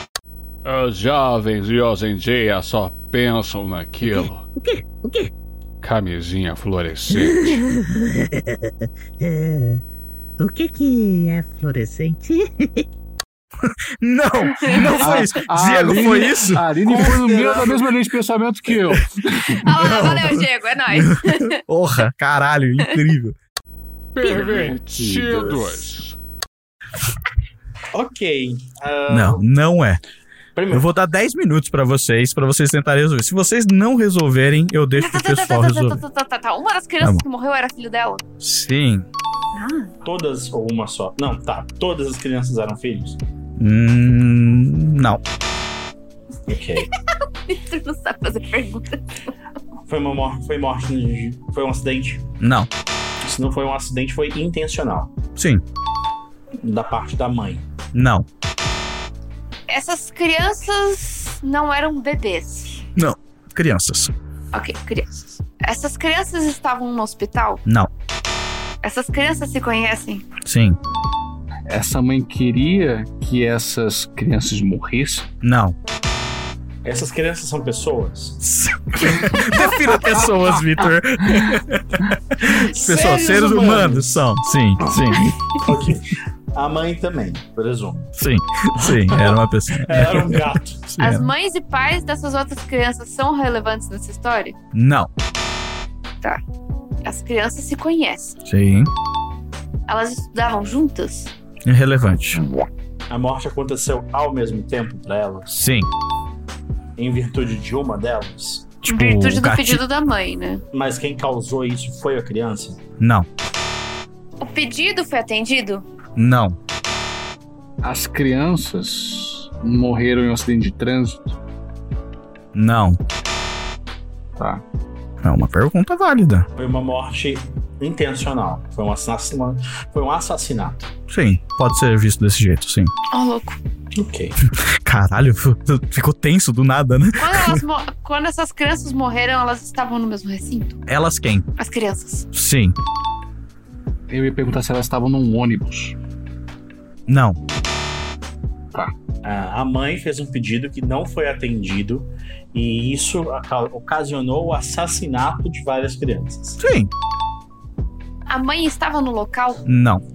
Speaker 8: Os jovens de hoje em dia só pensam naquilo.
Speaker 6: O quê? O quê?
Speaker 8: Camisinha fluorescente.
Speaker 6: É, o que que é fluorescente?
Speaker 1: não,
Speaker 6: não
Speaker 4: Ah,
Speaker 6: foi isso.
Speaker 3: A
Speaker 6: Diego,
Speaker 3: Aline-
Speaker 6: foi isso?
Speaker 3: A Aline foi no meio da mesma linha de pensamento que eu.
Speaker 2: Ah, valeu, Diego, é nóis.
Speaker 1: Porra, caralho, incrível.
Speaker 8: Pervertidos.
Speaker 4: ok. ah,
Speaker 1: Não, não é.
Speaker 4: Primeiro.
Speaker 1: Eu vou dar 10 minutos pra vocês, pra vocês tentarem resolver. Se vocês não resolverem, eu deixo pro pessoal resolver.
Speaker 2: Tá, tá, tá, tá. Uma das crianças
Speaker 1: Tá bom.
Speaker 2: que morreu era filho dela.
Speaker 1: Sim.
Speaker 4: Todas ou uma só? Não, tá. Todas as crianças eram filhos?
Speaker 1: Hum, não.
Speaker 4: Ok.
Speaker 2: Você não sabe fazer pergunta.
Speaker 4: Foi, uma, mor- foi morte. de- Foi um acidente?
Speaker 1: Não.
Speaker 4: Se não foi um acidente, foi intencional.
Speaker 1: Sim.
Speaker 4: Da parte da mãe.
Speaker 1: Não.
Speaker 2: Essas crianças não eram bebês.
Speaker 1: Não. Crianças.
Speaker 2: Ok, crianças. Essas crianças estavam no hospital?
Speaker 1: Não.
Speaker 2: Essas crianças se conhecem?
Speaker 1: Sim.
Speaker 3: Essa mãe queria que essas crianças morressem?
Speaker 1: Não.
Speaker 4: Essas crianças são pessoas?
Speaker 1: Defina pessoas, Vitor. Pessoal,
Speaker 4: Seres
Speaker 1: seres, humanos. são. Sim, sim.
Speaker 4: Ok. A mãe também, presumo.
Speaker 1: Sim, sim. Era uma pessoa.
Speaker 4: Era um gato.
Speaker 1: Sim, é.
Speaker 2: As
Speaker 1: era.
Speaker 2: mães e pais dessas outras crianças são relevantes nessa história?
Speaker 1: Não.
Speaker 2: Tá. As crianças se conhecem.
Speaker 1: Sim.
Speaker 2: Elas estudavam juntas?
Speaker 1: Irrelevante.
Speaker 4: A morte aconteceu ao mesmo tempo pra elas?
Speaker 1: Sim.
Speaker 4: Em virtude de uma delas?
Speaker 2: em
Speaker 1: Tipo,
Speaker 2: virtude do
Speaker 4: tá
Speaker 2: pedido da mãe, né?
Speaker 4: Mas quem causou isso foi a criança?
Speaker 1: Não.
Speaker 2: O pedido foi atendido?
Speaker 1: Não.
Speaker 3: As crianças morreram em um acidente de trânsito?
Speaker 1: Não.
Speaker 3: Tá.
Speaker 1: É uma pergunta válida.
Speaker 4: Foi uma morte intencional. Foi um assassinato. Foi um assassinato.
Speaker 1: Sim. Pode ser visto desse jeito, sim.
Speaker 2: Ó, louco.
Speaker 4: Ok.
Speaker 1: Caralho, f- ficou tenso do nada, né?
Speaker 2: Quando, elas mo- quando essas crianças morreram, elas estavam no mesmo recinto?
Speaker 1: Elas quem?
Speaker 2: As crianças.
Speaker 1: Sim.
Speaker 3: Eu ia perguntar se elas estavam num ônibus.
Speaker 1: Não.
Speaker 3: Tá.
Speaker 4: Ah, A mãe fez um pedido que não foi atendido e isso aca- ocasionou o assassinato de várias crianças.
Speaker 1: Sim.
Speaker 2: A mãe estava no local?
Speaker 1: Não.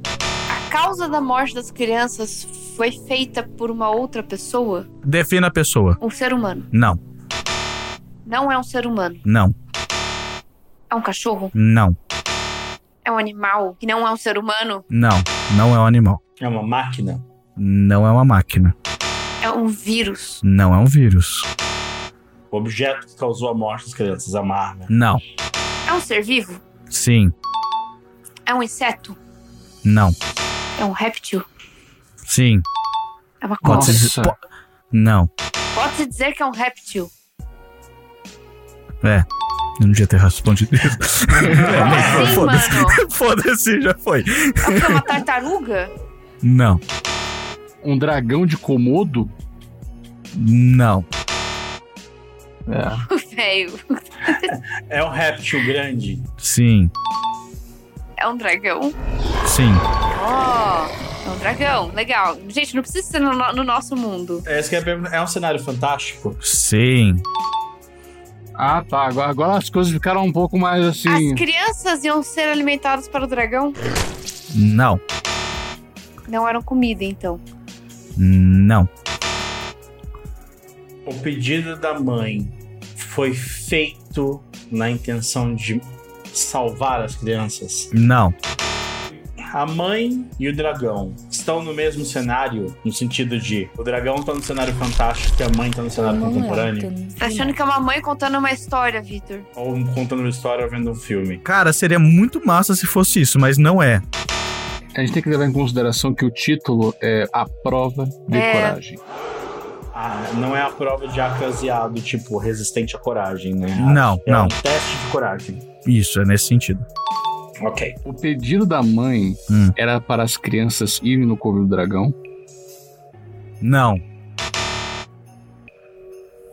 Speaker 2: A causa da morte das crianças foi feita por uma outra pessoa?
Speaker 1: Defina a pessoa.
Speaker 2: Um ser humano.
Speaker 1: Não.
Speaker 2: Não é um ser humano.
Speaker 1: Não.
Speaker 2: É um cachorro?
Speaker 1: Não.
Speaker 2: É um animal que não é um ser humano?
Speaker 1: Não. Não é um animal.
Speaker 4: É uma máquina?
Speaker 1: Não é uma máquina.
Speaker 2: É um vírus?
Speaker 1: Não é um vírus.
Speaker 4: O objeto que causou a morte das crianças, a marra.
Speaker 1: Não.
Speaker 2: É um ser vivo?
Speaker 1: Sim.
Speaker 2: É um inseto?
Speaker 1: Não.
Speaker 2: É um réptil?
Speaker 1: Sim.
Speaker 2: É uma cobra?
Speaker 1: Pode se po- Não.
Speaker 2: Pode-se dizer que é um réptil?
Speaker 1: É. Eu não devia ter respondido isso.
Speaker 2: Como assim,
Speaker 1: É, Foda-se.
Speaker 2: mano?
Speaker 1: Foda-se, já foi.
Speaker 2: É o quê? uma tartaruga?
Speaker 1: Não.
Speaker 3: Um dragão de Komodo?
Speaker 1: Não.
Speaker 3: É.
Speaker 2: Velho.
Speaker 4: É um réptil grande?
Speaker 1: Sim.
Speaker 2: É um dragão?
Speaker 1: Sim.
Speaker 2: Ó, é um dragão. Legal. Gente, não precisa ser no, no nosso mundo.
Speaker 4: Esse que é, bem- é um cenário fantástico.
Speaker 1: Sim.
Speaker 3: Ah, tá. Agora, agora as coisas ficaram um pouco mais assim.
Speaker 2: As crianças iam ser alimentadas para o dragão?
Speaker 1: Não.
Speaker 2: Não eram comida, então.
Speaker 1: Não.
Speaker 4: O pedido da mãe foi feito na intenção de salvar as crianças.
Speaker 1: Não.
Speaker 4: A mãe e o dragão estão no mesmo cenário, no sentido de o dragão está no cenário fantástico e a mãe está no cenário contemporâneo.
Speaker 2: Você tá achando que é uma mãe contando uma história, Vitor?
Speaker 4: Ou contando uma história ou vendo um filme.
Speaker 1: Cara, seria muito massa se fosse isso, mas não é.
Speaker 3: A gente tem que levar em consideração que o título é A Prova de
Speaker 4: É.
Speaker 3: Coragem.
Speaker 4: Ah, não é a prova de acaseado, tipo, resistente à coragem, né?
Speaker 1: Não,
Speaker 4: é
Speaker 1: não.
Speaker 4: um teste de coragem.
Speaker 1: Isso, é nesse sentido.
Speaker 4: Ok.
Speaker 3: O pedido da mãe
Speaker 1: Hum.
Speaker 3: era para as crianças irem no Corvo do Dragão.
Speaker 1: Não.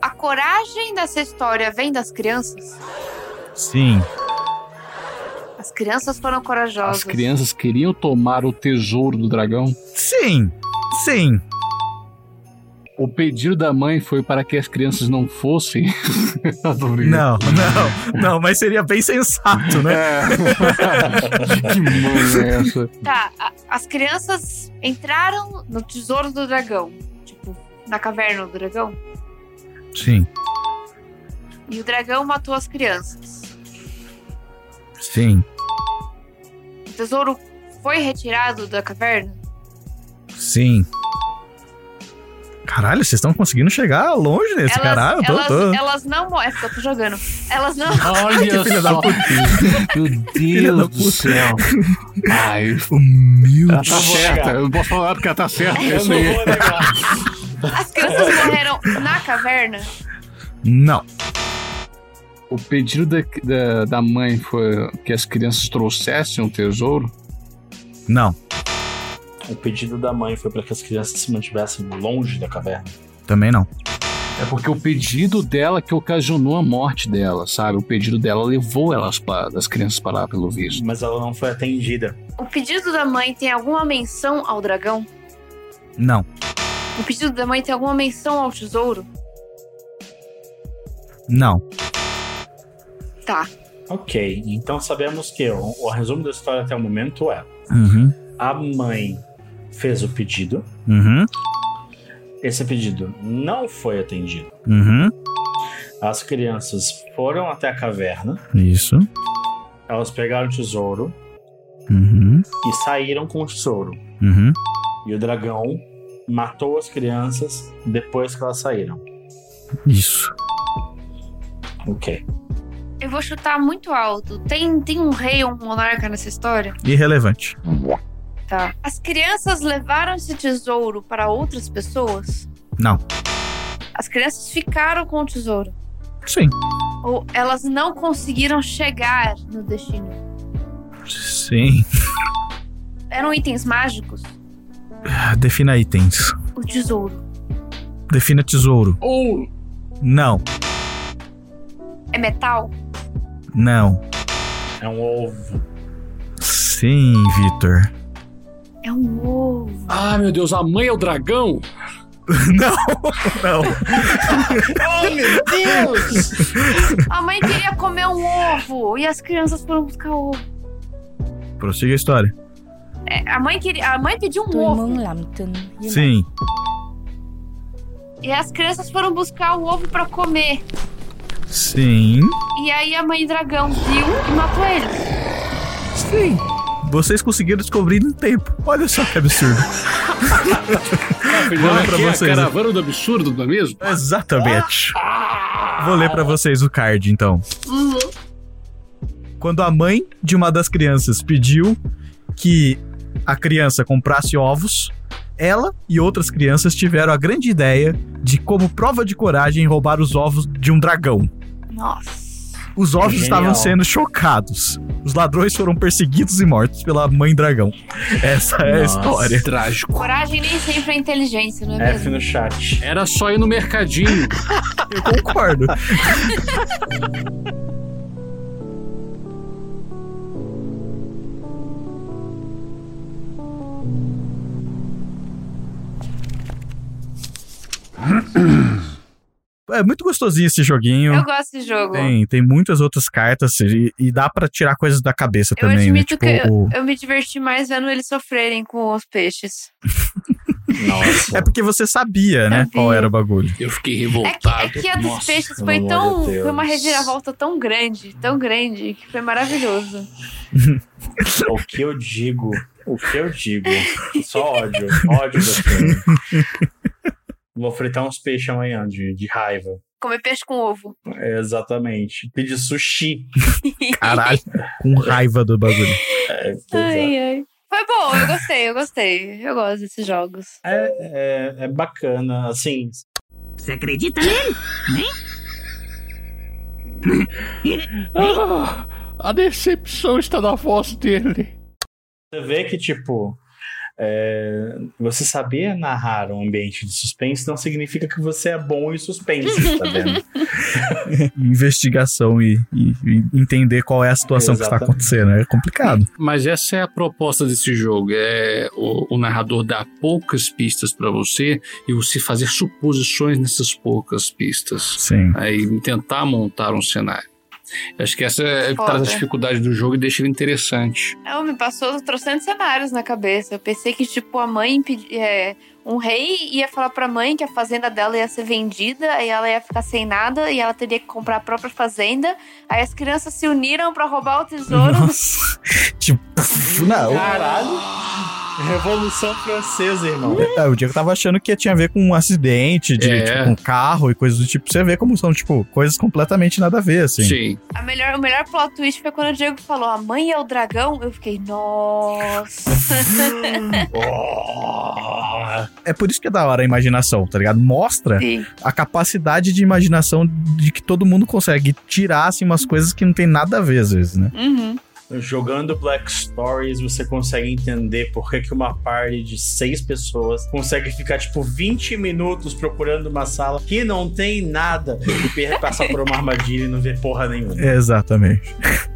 Speaker 2: A coragem dessa história vem das crianças?
Speaker 1: Sim.
Speaker 2: As crianças foram corajosas.
Speaker 3: As crianças queriam tomar o tesouro do dragão?
Speaker 1: Sim, sim.
Speaker 3: O pedido da mãe foi para que as crianças não fossem.
Speaker 1: Não, não, não, mas seria bem sensato, né?
Speaker 3: que mãe é essa?
Speaker 2: Tá, a- as crianças entraram no tesouro do dragão. Tipo, na caverna do dragão.
Speaker 1: Sim,
Speaker 2: E o dragão matou as crianças.
Speaker 1: sim,
Speaker 2: O tesouro foi retirado da caverna?
Speaker 1: sim. Caralho, vocês estão conseguindo chegar longe nesse caralho. Eu tô,
Speaker 2: elas,
Speaker 1: tô.
Speaker 2: elas não morreram. É porque eu tô jogando. Elas não.
Speaker 1: Que filha da puta.
Speaker 3: Meu
Speaker 1: Filha da
Speaker 3: Deus do
Speaker 1: puta.
Speaker 3: céu. Ai. Ela tá certa. Eu não posso falar porque ela tá certa. É isso aí.
Speaker 2: As crianças morreram na caverna?
Speaker 1: Não.
Speaker 3: O pedido da, da, da mãe foi que as crianças trouxessem um tesouro?
Speaker 1: Não,
Speaker 4: O pedido da mãe foi para que as crianças se mantivessem longe da caverna.
Speaker 1: também não.
Speaker 3: É porque o pedido dela que ocasionou a morte dela, sabe? O pedido dela levou elas pra, as crianças para lá, pelo visto.
Speaker 4: Mas ela não foi atendida.
Speaker 2: O pedido da mãe tem alguma menção ao dragão?
Speaker 1: Não,
Speaker 2: O pedido da mãe tem alguma menção ao tesouro?
Speaker 1: não.
Speaker 2: Tá.
Speaker 4: Ok, então sabemos que o, o resumo da história até o momento é:
Speaker 1: Uhum,
Speaker 4: a mãe fez o pedido,
Speaker 1: uhum,
Speaker 4: esse pedido não foi atendido.
Speaker 1: uhum.
Speaker 4: As crianças foram até a caverna,
Speaker 1: Isso.
Speaker 4: elas pegaram o tesouro
Speaker 1: Uhum,
Speaker 4: e saíram com o tesouro.
Speaker 1: uhum.
Speaker 4: E o dragão matou as crianças depois que elas saíram.
Speaker 1: Isso.
Speaker 4: Ok.
Speaker 2: Eu vou chutar muito alto. Tem, tem um rei ou um monarca nessa história?
Speaker 1: Irrelevante.
Speaker 2: Tá. As crianças levaram esse tesouro para outras pessoas?
Speaker 1: Não.
Speaker 2: As crianças ficaram com o tesouro.
Speaker 1: Sim.
Speaker 2: Ou elas não conseguiram chegar no destino.
Speaker 1: Sim.
Speaker 2: Eram itens mágicos?
Speaker 1: Ah, Defina itens.
Speaker 2: O tesouro.
Speaker 1: Defina tesouro.
Speaker 2: Ou
Speaker 1: Não,
Speaker 2: é metal?
Speaker 1: não.
Speaker 4: É um ovo.
Speaker 1: Sim, Vitor.
Speaker 2: É um ovo.
Speaker 3: Ah, meu Deus, a mãe é o dragão?
Speaker 1: não, não.
Speaker 2: Oh, meu Deus! A mãe queria comer um ovo e as crianças foram buscar ovo.
Speaker 1: Prossiga a história.
Speaker 2: É, a, mãe queria, a mãe pediu um ovo.
Speaker 1: Sim,
Speaker 2: E as crianças foram buscar o ovo pra comer.
Speaker 1: sim.
Speaker 2: E aí a mãe dragão viu e matou eles.
Speaker 1: Sim. Vocês conseguiram descobrir em um tempo. Olha só que absurdo. Vou ler pra
Speaker 3: Aqui é a
Speaker 1: vocês.
Speaker 3: caravana do absurdo, não é mesmo?
Speaker 1: Exatamente. Vou ler pra vocês o card, então. Quando a mãe de uma das crianças pediu que a criança comprasse ovos, ela e outras crianças tiveram a grande ideia de, como prova de coragem, roubar os ovos de um dragão.
Speaker 2: Nossa.
Speaker 1: Os ovos
Speaker 4: Genial.
Speaker 1: estavam sendo chocados. Os ladrões foram perseguidos e mortos pela mãe dragão. Essa é a
Speaker 3: Nossa,
Speaker 1: história.
Speaker 3: Trágico.
Speaker 2: Coragem nem sempre é inteligência, não é mesmo?
Speaker 4: no chat.
Speaker 1: É
Speaker 3: Era só ir no mercadinho.
Speaker 1: Eu concordo. É muito gostosinho esse joguinho.
Speaker 2: Eu gosto desse jogo.
Speaker 1: Tem, tem muitas outras cartas e, e dá pra tirar coisas da cabeça
Speaker 2: eu
Speaker 1: também, né?
Speaker 2: admito
Speaker 1: Tipo,
Speaker 2: que eu,
Speaker 1: o-
Speaker 2: eu me diverti mais vendo eles sofrerem com os peixes.
Speaker 1: É porque você sabia, né? Qual era o bagulho.
Speaker 8: Eu fiquei
Speaker 2: É
Speaker 3: Ah,
Speaker 8: revoltado.
Speaker 2: que a dos peixes foi tão. Foi uma reviravolta tão grande, tão grande, que foi maravilhoso.
Speaker 4: O que eu digo? O que eu digo? Só ódio. Ódio da Fernanda. Vou fritar uns peixes amanhã de, de raiva.
Speaker 2: Comer peixe com ovo.
Speaker 4: É, exatamente. Pedir sushi.
Speaker 1: Caralho, com raiva do bagulho.
Speaker 4: É, pois é.
Speaker 2: Ai, ai. Foi bom, eu gostei, eu gostei. Eu gosto desses jogos.
Speaker 4: É, é, é bacana, assim.
Speaker 6: Você acredita né? nele?
Speaker 12: Ah, a decepção está na voz dele.
Speaker 4: Você vê que, tipo, é, você saber narrar um ambiente de suspense não significa que você é bom em suspense, tá vendo?
Speaker 1: Investigação e, e- e entender qual é a situação que está
Speaker 8: Exatamente.
Speaker 1: acontecendo. É complicado.
Speaker 8: Mas essa é a proposta desse jogo. É o, o narrador dar poucas pistas pra você e você fazer suposições nessas poucas pistas.
Speaker 1: Sim.
Speaker 8: Aí tentar montar um cenário. Acho que essa é o que
Speaker 2: Foda.
Speaker 8: traz a dificuldade do jogo e deixa ele interessante.
Speaker 2: Não, É, me passou trocentos cenários na cabeça. Eu pensei que, tipo, a mãe impedi- é, um rei ia falar pra mãe que a fazenda dela ia ser vendida e ela ia ficar sem nada e ela teria que comprar a própria fazenda. Aí as crianças se uniram pra roubar o tesouro.
Speaker 1: Tipo, não.
Speaker 4: Caralho! Revolução Francesa, irmão.
Speaker 1: É, o Diego tava achando que tinha a ver com um acidente, de,
Speaker 4: É.
Speaker 1: tipo, um carro e coisas do tipo. Você vê como são, tipo, coisas completamente nada a ver, assim.
Speaker 8: Sim.
Speaker 2: A melhor, o melhor plot twist foi quando o Diego falou: a mãe é o dragão. Eu fiquei, nossa.
Speaker 1: É por isso que é da hora a imaginação, tá ligado? Mostra
Speaker 2: Sim.
Speaker 1: a capacidade de imaginação de que todo mundo consegue tirar, assim, umas coisas que não tem nada a ver, às vezes, né?
Speaker 2: Uhum.
Speaker 4: Jogando Black Stories, você consegue entender por que, que uma party de seis pessoas consegue ficar, tipo, 20 minutos procurando uma sala que não tem nada e per- passar por uma armadilha e não ver porra nenhuma.
Speaker 1: Exatamente.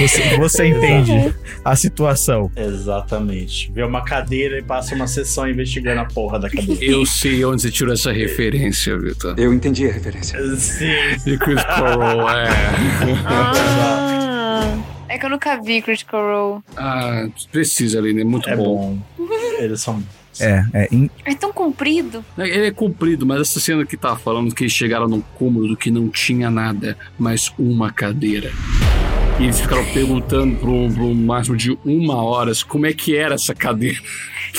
Speaker 1: Você, você entende
Speaker 4: Uhum.
Speaker 1: a situação.
Speaker 4: Exatamente. Vê uma cadeira e passa uma sessão investigando a porra da cadeira.
Speaker 8: Eu sei onde você tirou essa referência, Vitor. Eu entendi a referência.
Speaker 4: Sim.
Speaker 8: E Chris Coral, é.
Speaker 4: Ah.
Speaker 2: Ah. É que eu nunca vi Critical Role.
Speaker 8: Ah, precisa ali, né? Muito bom.
Speaker 4: É Eles são.
Speaker 1: É, é. in-
Speaker 2: É tão comprido.
Speaker 8: Ele é comprido, mas essa cena que tá falando que eles chegaram num cômodo que não tinha nada, mas uma cadeira. E eles ficaram perguntando por um, por um máximo de uma hora como é que era essa cadeira.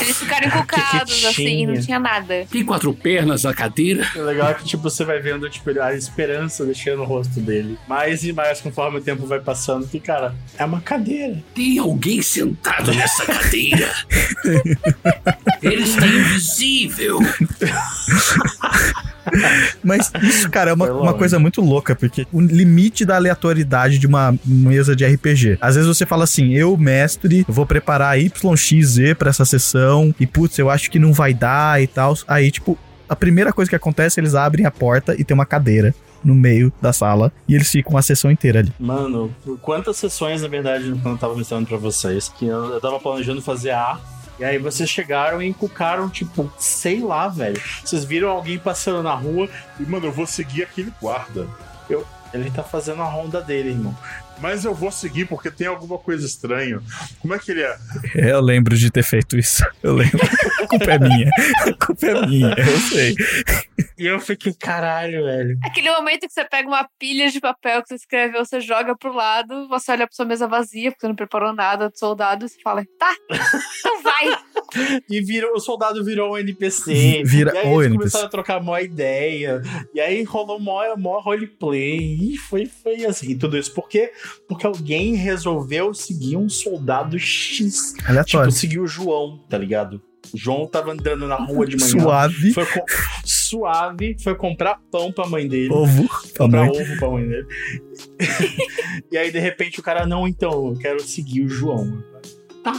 Speaker 2: Eles ficaram
Speaker 1: Ah,
Speaker 2: encucados, assim, não
Speaker 4: tinha?
Speaker 2: tinha nada.
Speaker 8: Tem quatro pernas na cadeira?
Speaker 4: O legal é que tipo, você vai vendo tipo, a esperança deixando o rosto dele. Mais e mais conforme o tempo vai passando, que, cara, é uma cadeira.
Speaker 8: Tem alguém sentado nessa cadeira? Ele está invisível.
Speaker 1: Mas isso, cara, é uma, uma coisa muito louca, porque o limite da aleatoriedade de uma mesa de RPG. Às vezes você fala assim, eu, mestre, vou preparar YXZ pra essa sessão, e putz, eu acho que não vai dar e tal. Aí, tipo, a primeira coisa que acontece, eles abrem a porta e tem uma cadeira no meio da sala, e eles ficam a sessão inteira ali.
Speaker 4: Mano, por quantas sessões, na verdade, quando eu tava mostrando pra vocês, que eu, eu tava planejando fazer A. E aí vocês chegaram e encucaram, tipo, sei lá, velho. Vocês viram alguém passando na rua e, mano, eu vou seguir aquele guarda. Eu, ele tá fazendo a ronda dele, irmão.
Speaker 13: Mas eu vou seguir porque tem alguma coisa estranha. Como é que ele é?
Speaker 1: Eu lembro de ter feito isso. Eu lembro. A culpa é minha. A culpa é minha, eu sei.
Speaker 4: E eu fiquei, caralho, velho.
Speaker 2: Aquele momento que você pega uma pilha de papel que você escreveu, você joga pro lado, você olha pra sua mesa vazia, porque você não preparou nada do soldado, e você fala, tá, então vai.
Speaker 4: E virou, o soldado virou um NPC.
Speaker 1: Vira
Speaker 4: e aí
Speaker 1: o
Speaker 4: eles
Speaker 1: NPC.
Speaker 4: começaram a trocar mó ideia. E aí rolou mó, mó roleplay. E foi, foi assim. Tudo isso por quê? Porque alguém resolveu seguir um soldado X.
Speaker 1: Aleatório.
Speaker 4: Tipo, seguiu o João, tá ligado? O João tava andando na rua de manhã.
Speaker 1: Suave.
Speaker 4: Foi co- suave. Foi comprar pão pra mãe dele.
Speaker 1: Ovo.
Speaker 4: Comprar
Speaker 1: Pra mãe.
Speaker 4: ovo pra mãe dele. e aí, de repente, o cara, não, então, eu quero seguir o João. Tá.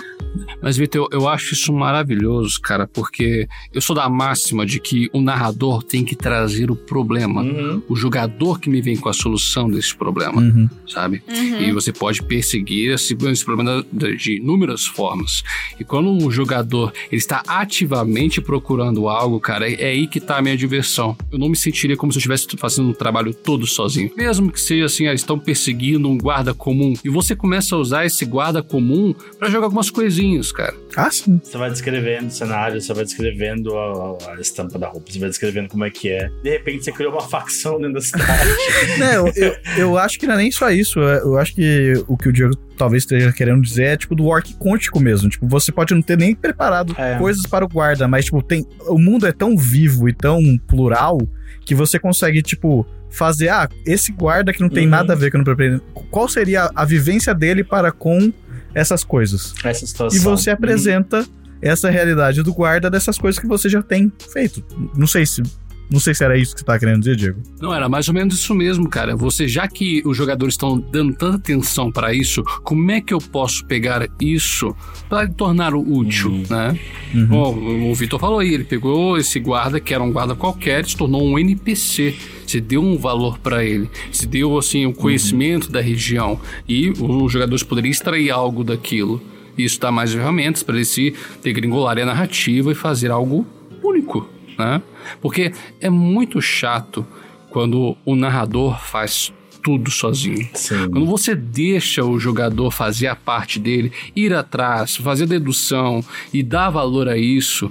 Speaker 3: Mas, Vitor, eu, eu acho isso maravilhoso, cara, porque eu sou da máxima de que o narrador tem que trazer o problema.
Speaker 4: Uhum.
Speaker 3: O jogador que me vem com a solução desse problema,
Speaker 1: Uhum.
Speaker 3: sabe?
Speaker 15: Uhum.
Speaker 3: E você pode perseguir esse, esse problema da- de inúmeras formas. E quando o jogador ele está ativamente procurando algo, cara, é, é aí que tá a minha diversão. Eu não me sentiria como se eu estivesse fazendo um trabalho todo sozinho. Mesmo que seja assim, ah, estão perseguindo um guarda comum. E você começa a usar esse guarda comum pra jogar algumas coisinhas, cara.
Speaker 1: Ah, sim.
Speaker 4: Você vai descrevendo o cenário, você vai descrevendo a, a estampa da roupa, você vai descrevendo como é que é. De repente você criou uma facção dentro da cidade.
Speaker 1: Não, eu, eu, eu acho que não é nem só isso. é- Eu acho que o que o Diego talvez esteja querendo dizer é tipo do orc quântico mesmo. Tipo, você pode não ter nem preparado
Speaker 4: É.
Speaker 1: coisas para o guarda, mas tipo, tem, o mundo é tão vivo e tão plural que você consegue, tipo, fazer, ah, esse guarda que não tem nada a ver com o propriedade, qual seria a vivência dele para com essas coisas?
Speaker 4: Essa situação.
Speaker 1: E você apresenta essa realidade do guarda dessas coisas que você já tem feito. Não sei se não sei se era isso que você tá querendo dizer, Diego.
Speaker 3: Não, era mais ou menos isso mesmo, cara. Você, já que os jogadores estão dando tanta atenção pra isso, como é que eu posso pegar isso pra tornar o útil, né? Bom, o- o Vitor falou aí, ele pegou esse guarda, que era um guarda qualquer, e se tornou um NPC. Você deu um valor pra ele, se deu, assim, um conhecimento da região. E os jogadores poderiam extrair algo daquilo. Isso dá mais ferramentas pra eles se degringolarem a narrativa e fazer algo único, né? Porque é muito chato quando o narrador faz tudo sozinho. Quando você deixa o jogador fazer a parte dele, ir atrás, fazer dedução e dar valor a isso,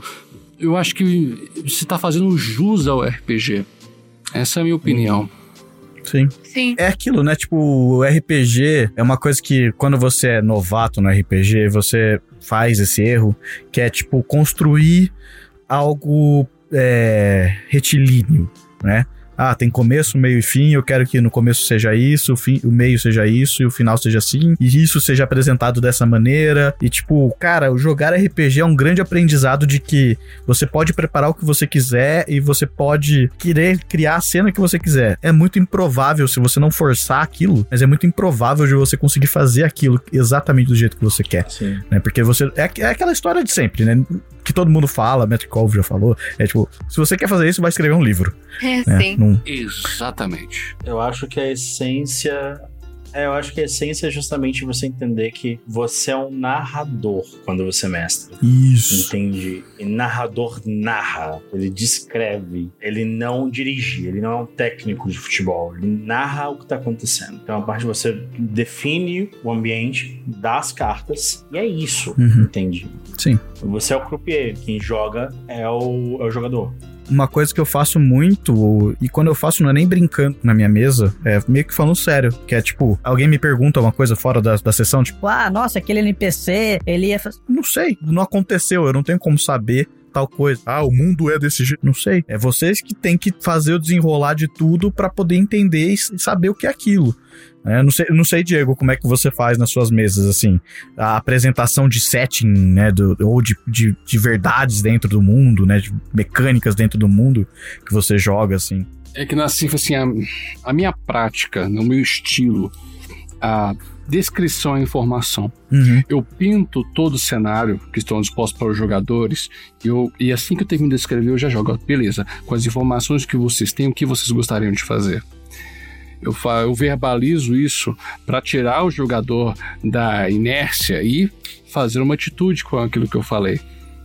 Speaker 3: eu acho que você está fazendo jus ao RPG. Essa é a minha opinião.
Speaker 1: Sim.
Speaker 2: Sim.
Speaker 1: É aquilo, né? Tipo, o RPG é uma coisa que quando você é novato no RPG, você faz esse erro, que é tipo construir algo é, retilíneo, né? Ah, tem começo, meio e fim. Eu quero que no começo seja isso, o, fim, o meio seja isso e o final seja assim. E isso seja apresentado dessa maneira. E tipo, cara, o jogar RPG é um grande aprendizado de que você pode preparar o que você quiser e você pode querer criar a cena que você quiser. É muito improvável se você não forçar aquilo, mas é muito improvável de você conseguir fazer aquilo exatamente do jeito que você quer.
Speaker 4: Uhum. Sim.
Speaker 1: Né? Porque você. É, é aquela história de sempre, né? Que todo mundo fala, Matt Colville já falou. É tipo, se você quer fazer isso, vai escrever um livro.
Speaker 2: é
Speaker 1: né?
Speaker 2: assim.
Speaker 1: Não-
Speaker 3: Exatamente.
Speaker 4: Eu acho que a essência. É, eu acho que a essência é justamente você entender que você é um narrador quando você é mestra.
Speaker 1: Isso.
Speaker 4: Entende? E narrador narra, ele descreve, ele não dirige, ele não é um técnico de futebol, ele narra o que tá acontecendo. Então a parte de você define o ambiente, dá as cartas, e é isso,
Speaker 1: Uhum.
Speaker 4: entende?
Speaker 1: Sim.
Speaker 4: Você é o croupier, quem joga é o, é o jogador.
Speaker 1: Uma coisa que eu faço muito, e quando eu faço não é nem brincando na minha mesa, é meio que falando sério. Que é tipo, alguém me pergunta uma coisa fora da, da sessão, tipo, ah, nossa, aquele NPC, ele ia. fazer-" Não sei, não aconteceu, eu não tenho como saber tal coisa. Ah, o mundo é desse jeito. Não sei. É vocês que tem que fazer o desenrolar de tudo pra poder entender e s- saber o que é aquilo. É, eu não sei, eu não sei, Diego, como é que você faz nas suas mesas, assim, a apresentação de setting, né, do- ou de, de, de verdades dentro do mundo, né, de mecânicas dentro do mundo que você joga, assim.
Speaker 3: É que assim, assim a, a minha prática, no meu estilo, a descrição é a informação. Eu pinto todo o cenário que estão dispostos para os jogadores e, eu, e assim que eu termino de escrever, eu já jogo. Beleza, com as informações que vocês têm, o que vocês gostariam de fazer? Eu, fa- eu verbalizo isso para tirar o jogador da inércia e fazer uma atitude com aquilo que eu falei.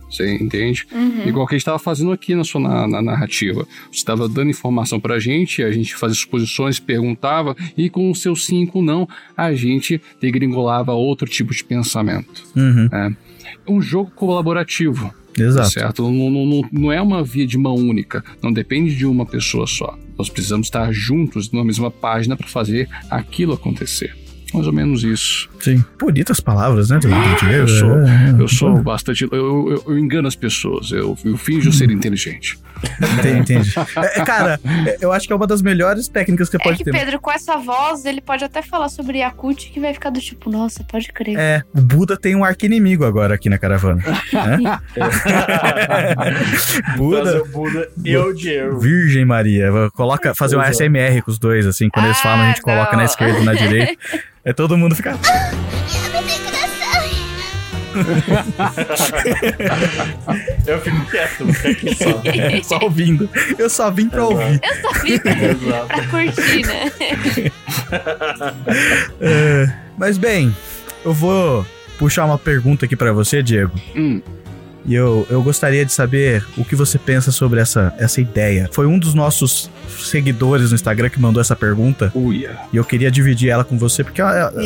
Speaker 3: Você entende?
Speaker 15: Uhum.
Speaker 3: Igual que a gente estava fazendo aqui na sua na, na narrativa. Você estava dando informação para a gente, a gente fazia suposições, perguntava, e com o seu sim, com o não, a gente degringolava outro tipo de pensamento.
Speaker 1: Uhum.
Speaker 3: É É um jogo colaborativo.
Speaker 1: Exato.
Speaker 3: Certo? Não, não- não- não é uma via de mão única, não depende de uma pessoa só. Nós precisamos estar juntos numa mesma página para fazer aquilo acontecer. Mais ou menos isso.
Speaker 1: Sim. Bonitas palavras, né, do, do Diego?
Speaker 3: Eu sou,
Speaker 1: É,
Speaker 3: eu sou
Speaker 1: pô,
Speaker 3: bastante. Eu, eu- eu engano as pessoas, eu, eu finjo
Speaker 1: Uhum.
Speaker 3: ser inteligente.
Speaker 1: Entendi, entendi. É, é, cara, é, eu acho que é uma das melhores técnicas que você
Speaker 2: É
Speaker 1: pode
Speaker 2: que
Speaker 1: ter.
Speaker 2: Pedro, com essa voz, ele pode até falar sobre Yakut que vai ficar do tipo, nossa, pode crer.
Speaker 1: É, o Buda tem um arqui-inimigo agora aqui na caravana. né?
Speaker 4: Fazer um o Então, Buda e o Diego.
Speaker 1: Virgem Maria. Coloca, fazer um
Speaker 4: Exato.
Speaker 1: SMR com os dois, assim. Quando
Speaker 2: Ah,
Speaker 1: eles falam, a gente coloca
Speaker 4: não.
Speaker 1: na esquerda e na direita. É todo mundo ficar.
Speaker 4: Eu fico quieto, fico aqui só.
Speaker 1: só ouvindo. Eu só vim pra ouvir.
Speaker 2: Eu só vim pra, pra curtir, né?
Speaker 1: É, mas bem, eu vou puxar uma pergunta aqui pra você, Diego. E eu, eu gostaria de saber o que você pensa sobre essa, essa ideia. Foi um dos nossos seguidores no Instagram que mandou essa pergunta. E eu queria dividir ela com você, porque ela, ela-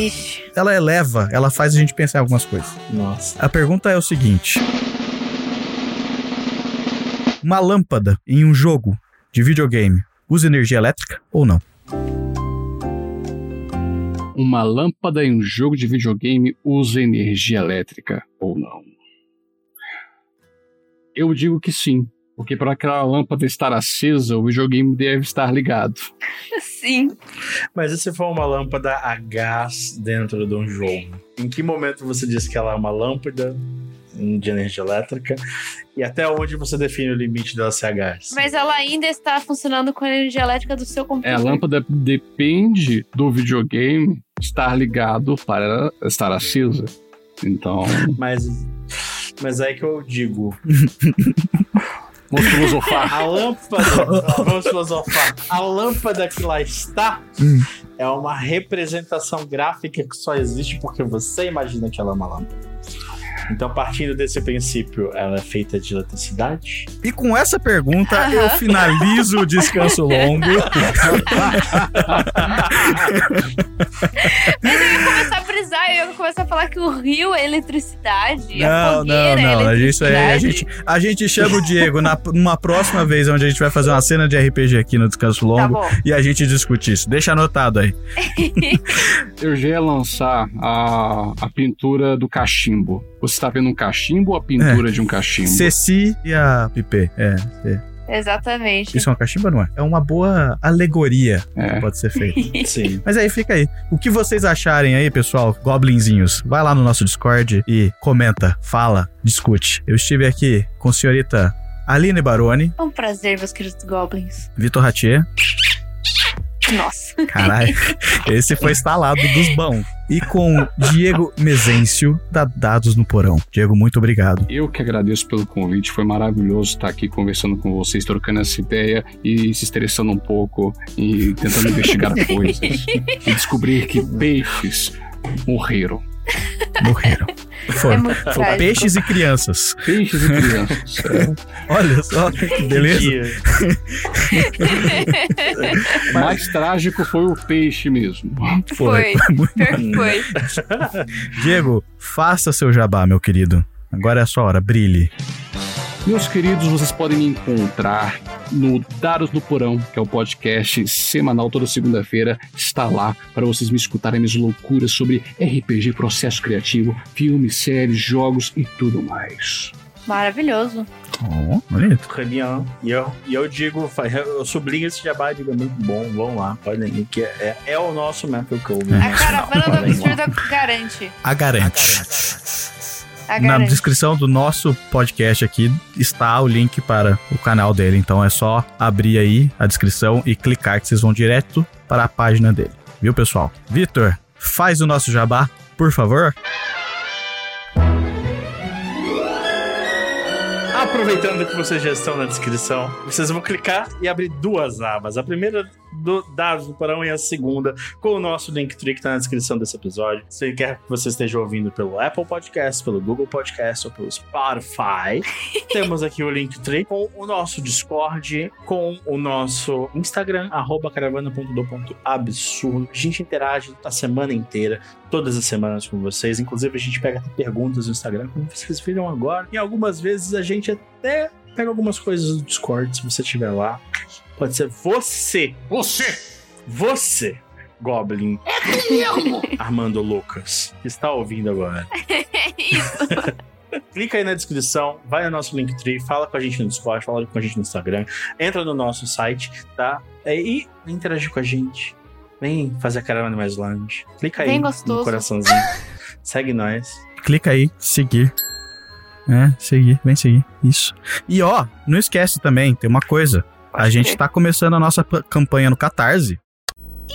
Speaker 1: ela eleva, ela faz a gente pensar em algumas coisas.
Speaker 4: Nossa.
Speaker 1: A pergunta é o seguinte: Uma lâmpada em um jogo de videogame usa energia elétrica ou não?
Speaker 3: Uma lâmpada em um jogo de videogame usa energia elétrica ou não? Eu digo que sim, porque para aquela lâmpada estar acesa, o videogame deve estar ligado.
Speaker 2: Sim.
Speaker 4: Mas e se for uma lâmpada a gás dentro de um jogo? Em que momento você diz que ela é uma lâmpada um de energia elétrica? E até onde você define o limite dela ser a gás?
Speaker 2: Mas ela ainda está funcionando com a energia elétrica do seu
Speaker 3: É, a
Speaker 2: computador.
Speaker 3: lâmpada depende do videogame estar ligado para estar acesa. Então.
Speaker 4: Mas, mas é aí que eu digo.
Speaker 3: Vamos filosofar.
Speaker 4: A lâmpada. Vamos filosofar. A lâmpada que lá está é uma representação gráfica que só existe porque você imagina que ela é uma lâmpada. Então, partindo desse princípio, ela é feita de eletricidade?
Speaker 1: E com essa pergunta,
Speaker 4: Aham.
Speaker 1: eu finalizo o descanso longo.
Speaker 2: Mas eu ia começar a brisar, eu ia começar a falar que o rio é eletricidade. a
Speaker 1: Não, não,
Speaker 2: fogueira é
Speaker 1: não.
Speaker 2: eletricidade.
Speaker 1: Isso aí, a gente, a gente chama o Diego na, numa próxima vez, onde a gente vai fazer uma cena de RPG aqui no Descanso Longo
Speaker 2: Tá bom.
Speaker 1: e a gente discute isso. Deixa anotado aí.
Speaker 3: Eu já ia lançar a, a pintura do cachimbo. Você está vendo um cachimbo ou a pintura
Speaker 1: É.
Speaker 3: de um cachimbo?
Speaker 1: Ceci e a Pipe. É, é.
Speaker 2: Exatamente.
Speaker 1: Isso é uma cachimba, não é? É uma boa alegoria que pode ser feita.
Speaker 4: Sim.
Speaker 1: Mas aí fica aí. O que vocês acharem aí, pessoal, goblinzinhos, vai lá no nosso Discord e comenta, fala, discute. Eu estive aqui com a senhorita Aline Baroni,
Speaker 2: É um prazer, meus queridos goblins.
Speaker 1: Vitor Ratier.
Speaker 2: Nossa.
Speaker 1: Caralho, esse foi instalado dos bons. E com Diego Mezencio, da Dados no Porão. Diego, muito obrigado.
Speaker 3: Eu que agradeço pelo convite, foi maravilhoso estar aqui conversando com vocês, trocando essa ideia e se estressando um pouco e tentando investigar coisas e descobrir que peixes morreram.
Speaker 1: Morreram. Foram,
Speaker 3: É muito
Speaker 1: foram
Speaker 3: trágico.
Speaker 1: peixes e crianças.
Speaker 3: Peixes e crianças.
Speaker 1: Olha só, que beleza.
Speaker 3: Mais trágico foi o peixe mesmo.
Speaker 1: Foi, né? foi muito Pior que
Speaker 2: foi.
Speaker 1: Diego, faça seu jabá, meu querido. Agora é a sua hora, brilhe.
Speaker 3: Meus queridos, vocês podem me encontrar no Dados do Porão, que é o podcast semanal toda segunda-feira. Está lá para vocês me escutarem minhas loucuras sobre RPG, processo criativo, filmes, séries, jogos e tudo mais.
Speaker 2: Maravilhoso.
Speaker 1: Oh, bonito.
Speaker 4: Reunião. E eu, e eu digo, fa- eu sublinho esse jabá e digo, é muito bom, vamos lá, olha aí, que é, é, é o nosso Metal Club.
Speaker 2: A caravana do absurdo garante.
Speaker 1: A garante.
Speaker 2: A
Speaker 1: Na
Speaker 2: garante.
Speaker 1: descrição do nosso podcast aqui está o link para o canal dele. Então é só abrir aí a descrição e clicar que vocês vão direto para a página dele. Viu, pessoal? Vitor, faz o nosso jabá, por favor.
Speaker 4: Aproveitando que vocês já estão na descrição, vocês vão clicar e abrir duas abas. A primeira do Dados do Porão e a segunda com o nosso Linktree que tá na descrição desse episódio. Se quer que você esteja ouvindo pelo Apple Podcast, pelo Google Podcast ou pelo Spotify, temos aqui o Linktree com o nosso Discord, com o nosso Instagram, arroba caravana.do.absurdo. A gente interage a semana inteira, todas as semanas com vocês. Inclusive, a gente pega até perguntas no Instagram, como vocês viram agora. E algumas vezes a gente até pega algumas coisas do Discord, se você estiver lá. Pode ser você. Você. Você, Goblin. Armando Lucas, que está ouvindo agora.
Speaker 2: É
Speaker 4: Clica aí na descrição, vai no nosso Linktree, fala com a gente no Discord, fala com a gente no Instagram, entra no nosso site, tá? E interagir com a gente. Vem fazer a caravana mais longe. Clica aí
Speaker 2: Bem gostoso.
Speaker 4: no coraçãozinho. Segue nós.
Speaker 1: Clica aí, seguir. É, seguir, vem seguir. Isso. E ó, não esquece também, tem uma coisa. A gente está começando a nossa p- campanha no Catarse.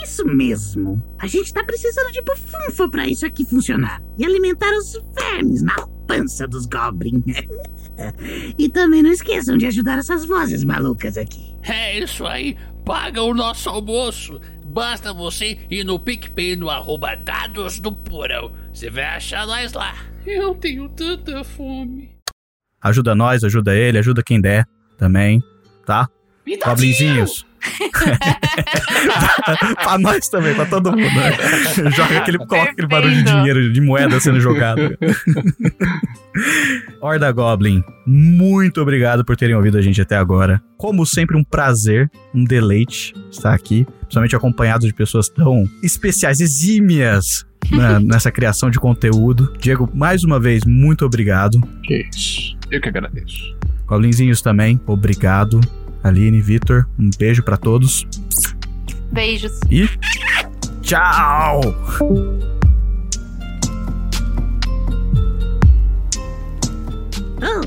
Speaker 6: Isso mesmo. A gente tá precisando de bufunfa pra isso aqui funcionar. E alimentar os vermes na pança dos Goblin. e também não esqueçam de ajudar essas vozes malucas aqui.
Speaker 12: É isso aí, paga o nosso almoço. Basta você ir no PicPay no arroba dados do porão. Você vai achar nós lá. Eu tenho tanta fome.
Speaker 1: Ajuda nós, ajuda ele, ajuda quem der também, tá?
Speaker 12: Me dá
Speaker 1: Goblinzinhos. pra nós também, pra todo mundo. né? Joga aquele, coloca aquele barulho de dinheiro, de moeda sendo jogado. Horda Goblin, muito obrigado por terem ouvido a gente até agora. Como sempre, um prazer, um deleite estar aqui, principalmente acompanhado de pessoas tão especiais, exímias na- nessa criação de conteúdo. Diego, mais uma vez, muito obrigado.
Speaker 3: Que isso. Eu que agradeço.
Speaker 1: Goblinzinhos também, obrigado. Aline, Vitor, um beijo pra todos.
Speaker 2: Beijos.
Speaker 1: E tchau!
Speaker 6: Oh,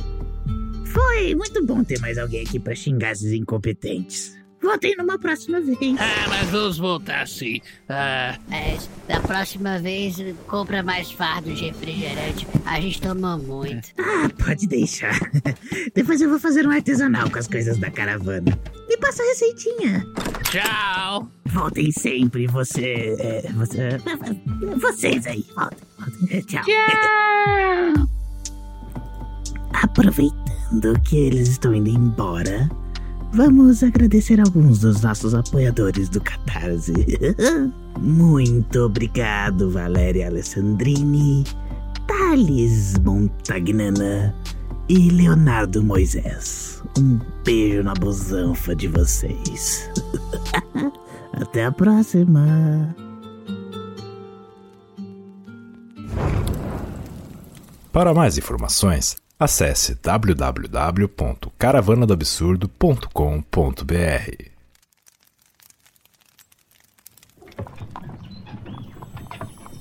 Speaker 6: foi muito bom ter mais alguém aqui pra xingar esses incompetentes. Voltem numa próxima vez.
Speaker 12: Ah, mas vamos voltar sim. Ah,
Speaker 9: Mas da próxima vez, compra mais fardos de refrigerante. A gente toma muito.
Speaker 6: Ah, pode deixar. Depois eu vou fazer um artesanal com as coisas da caravana. Me passa a receitinha.
Speaker 12: tchau.
Speaker 6: Voltem sempre, você. é, você vocês aí. Voltem, voltem. É, Tchau.
Speaker 12: Tchau.
Speaker 6: Aproveitando que eles estão indo embora, vamos agradecer alguns dos nossos apoiadores do Catarse. Muito obrigado, Valéria Alessandrini, Thales Montagnana e Leonardo Moisés. Um beijo na busanfa de vocês. Até a próxima!
Speaker 5: Para mais informações, acesse www.caravanadoabsurdo.com.br.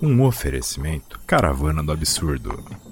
Speaker 5: Um oferecimento Caravana do Absurdo.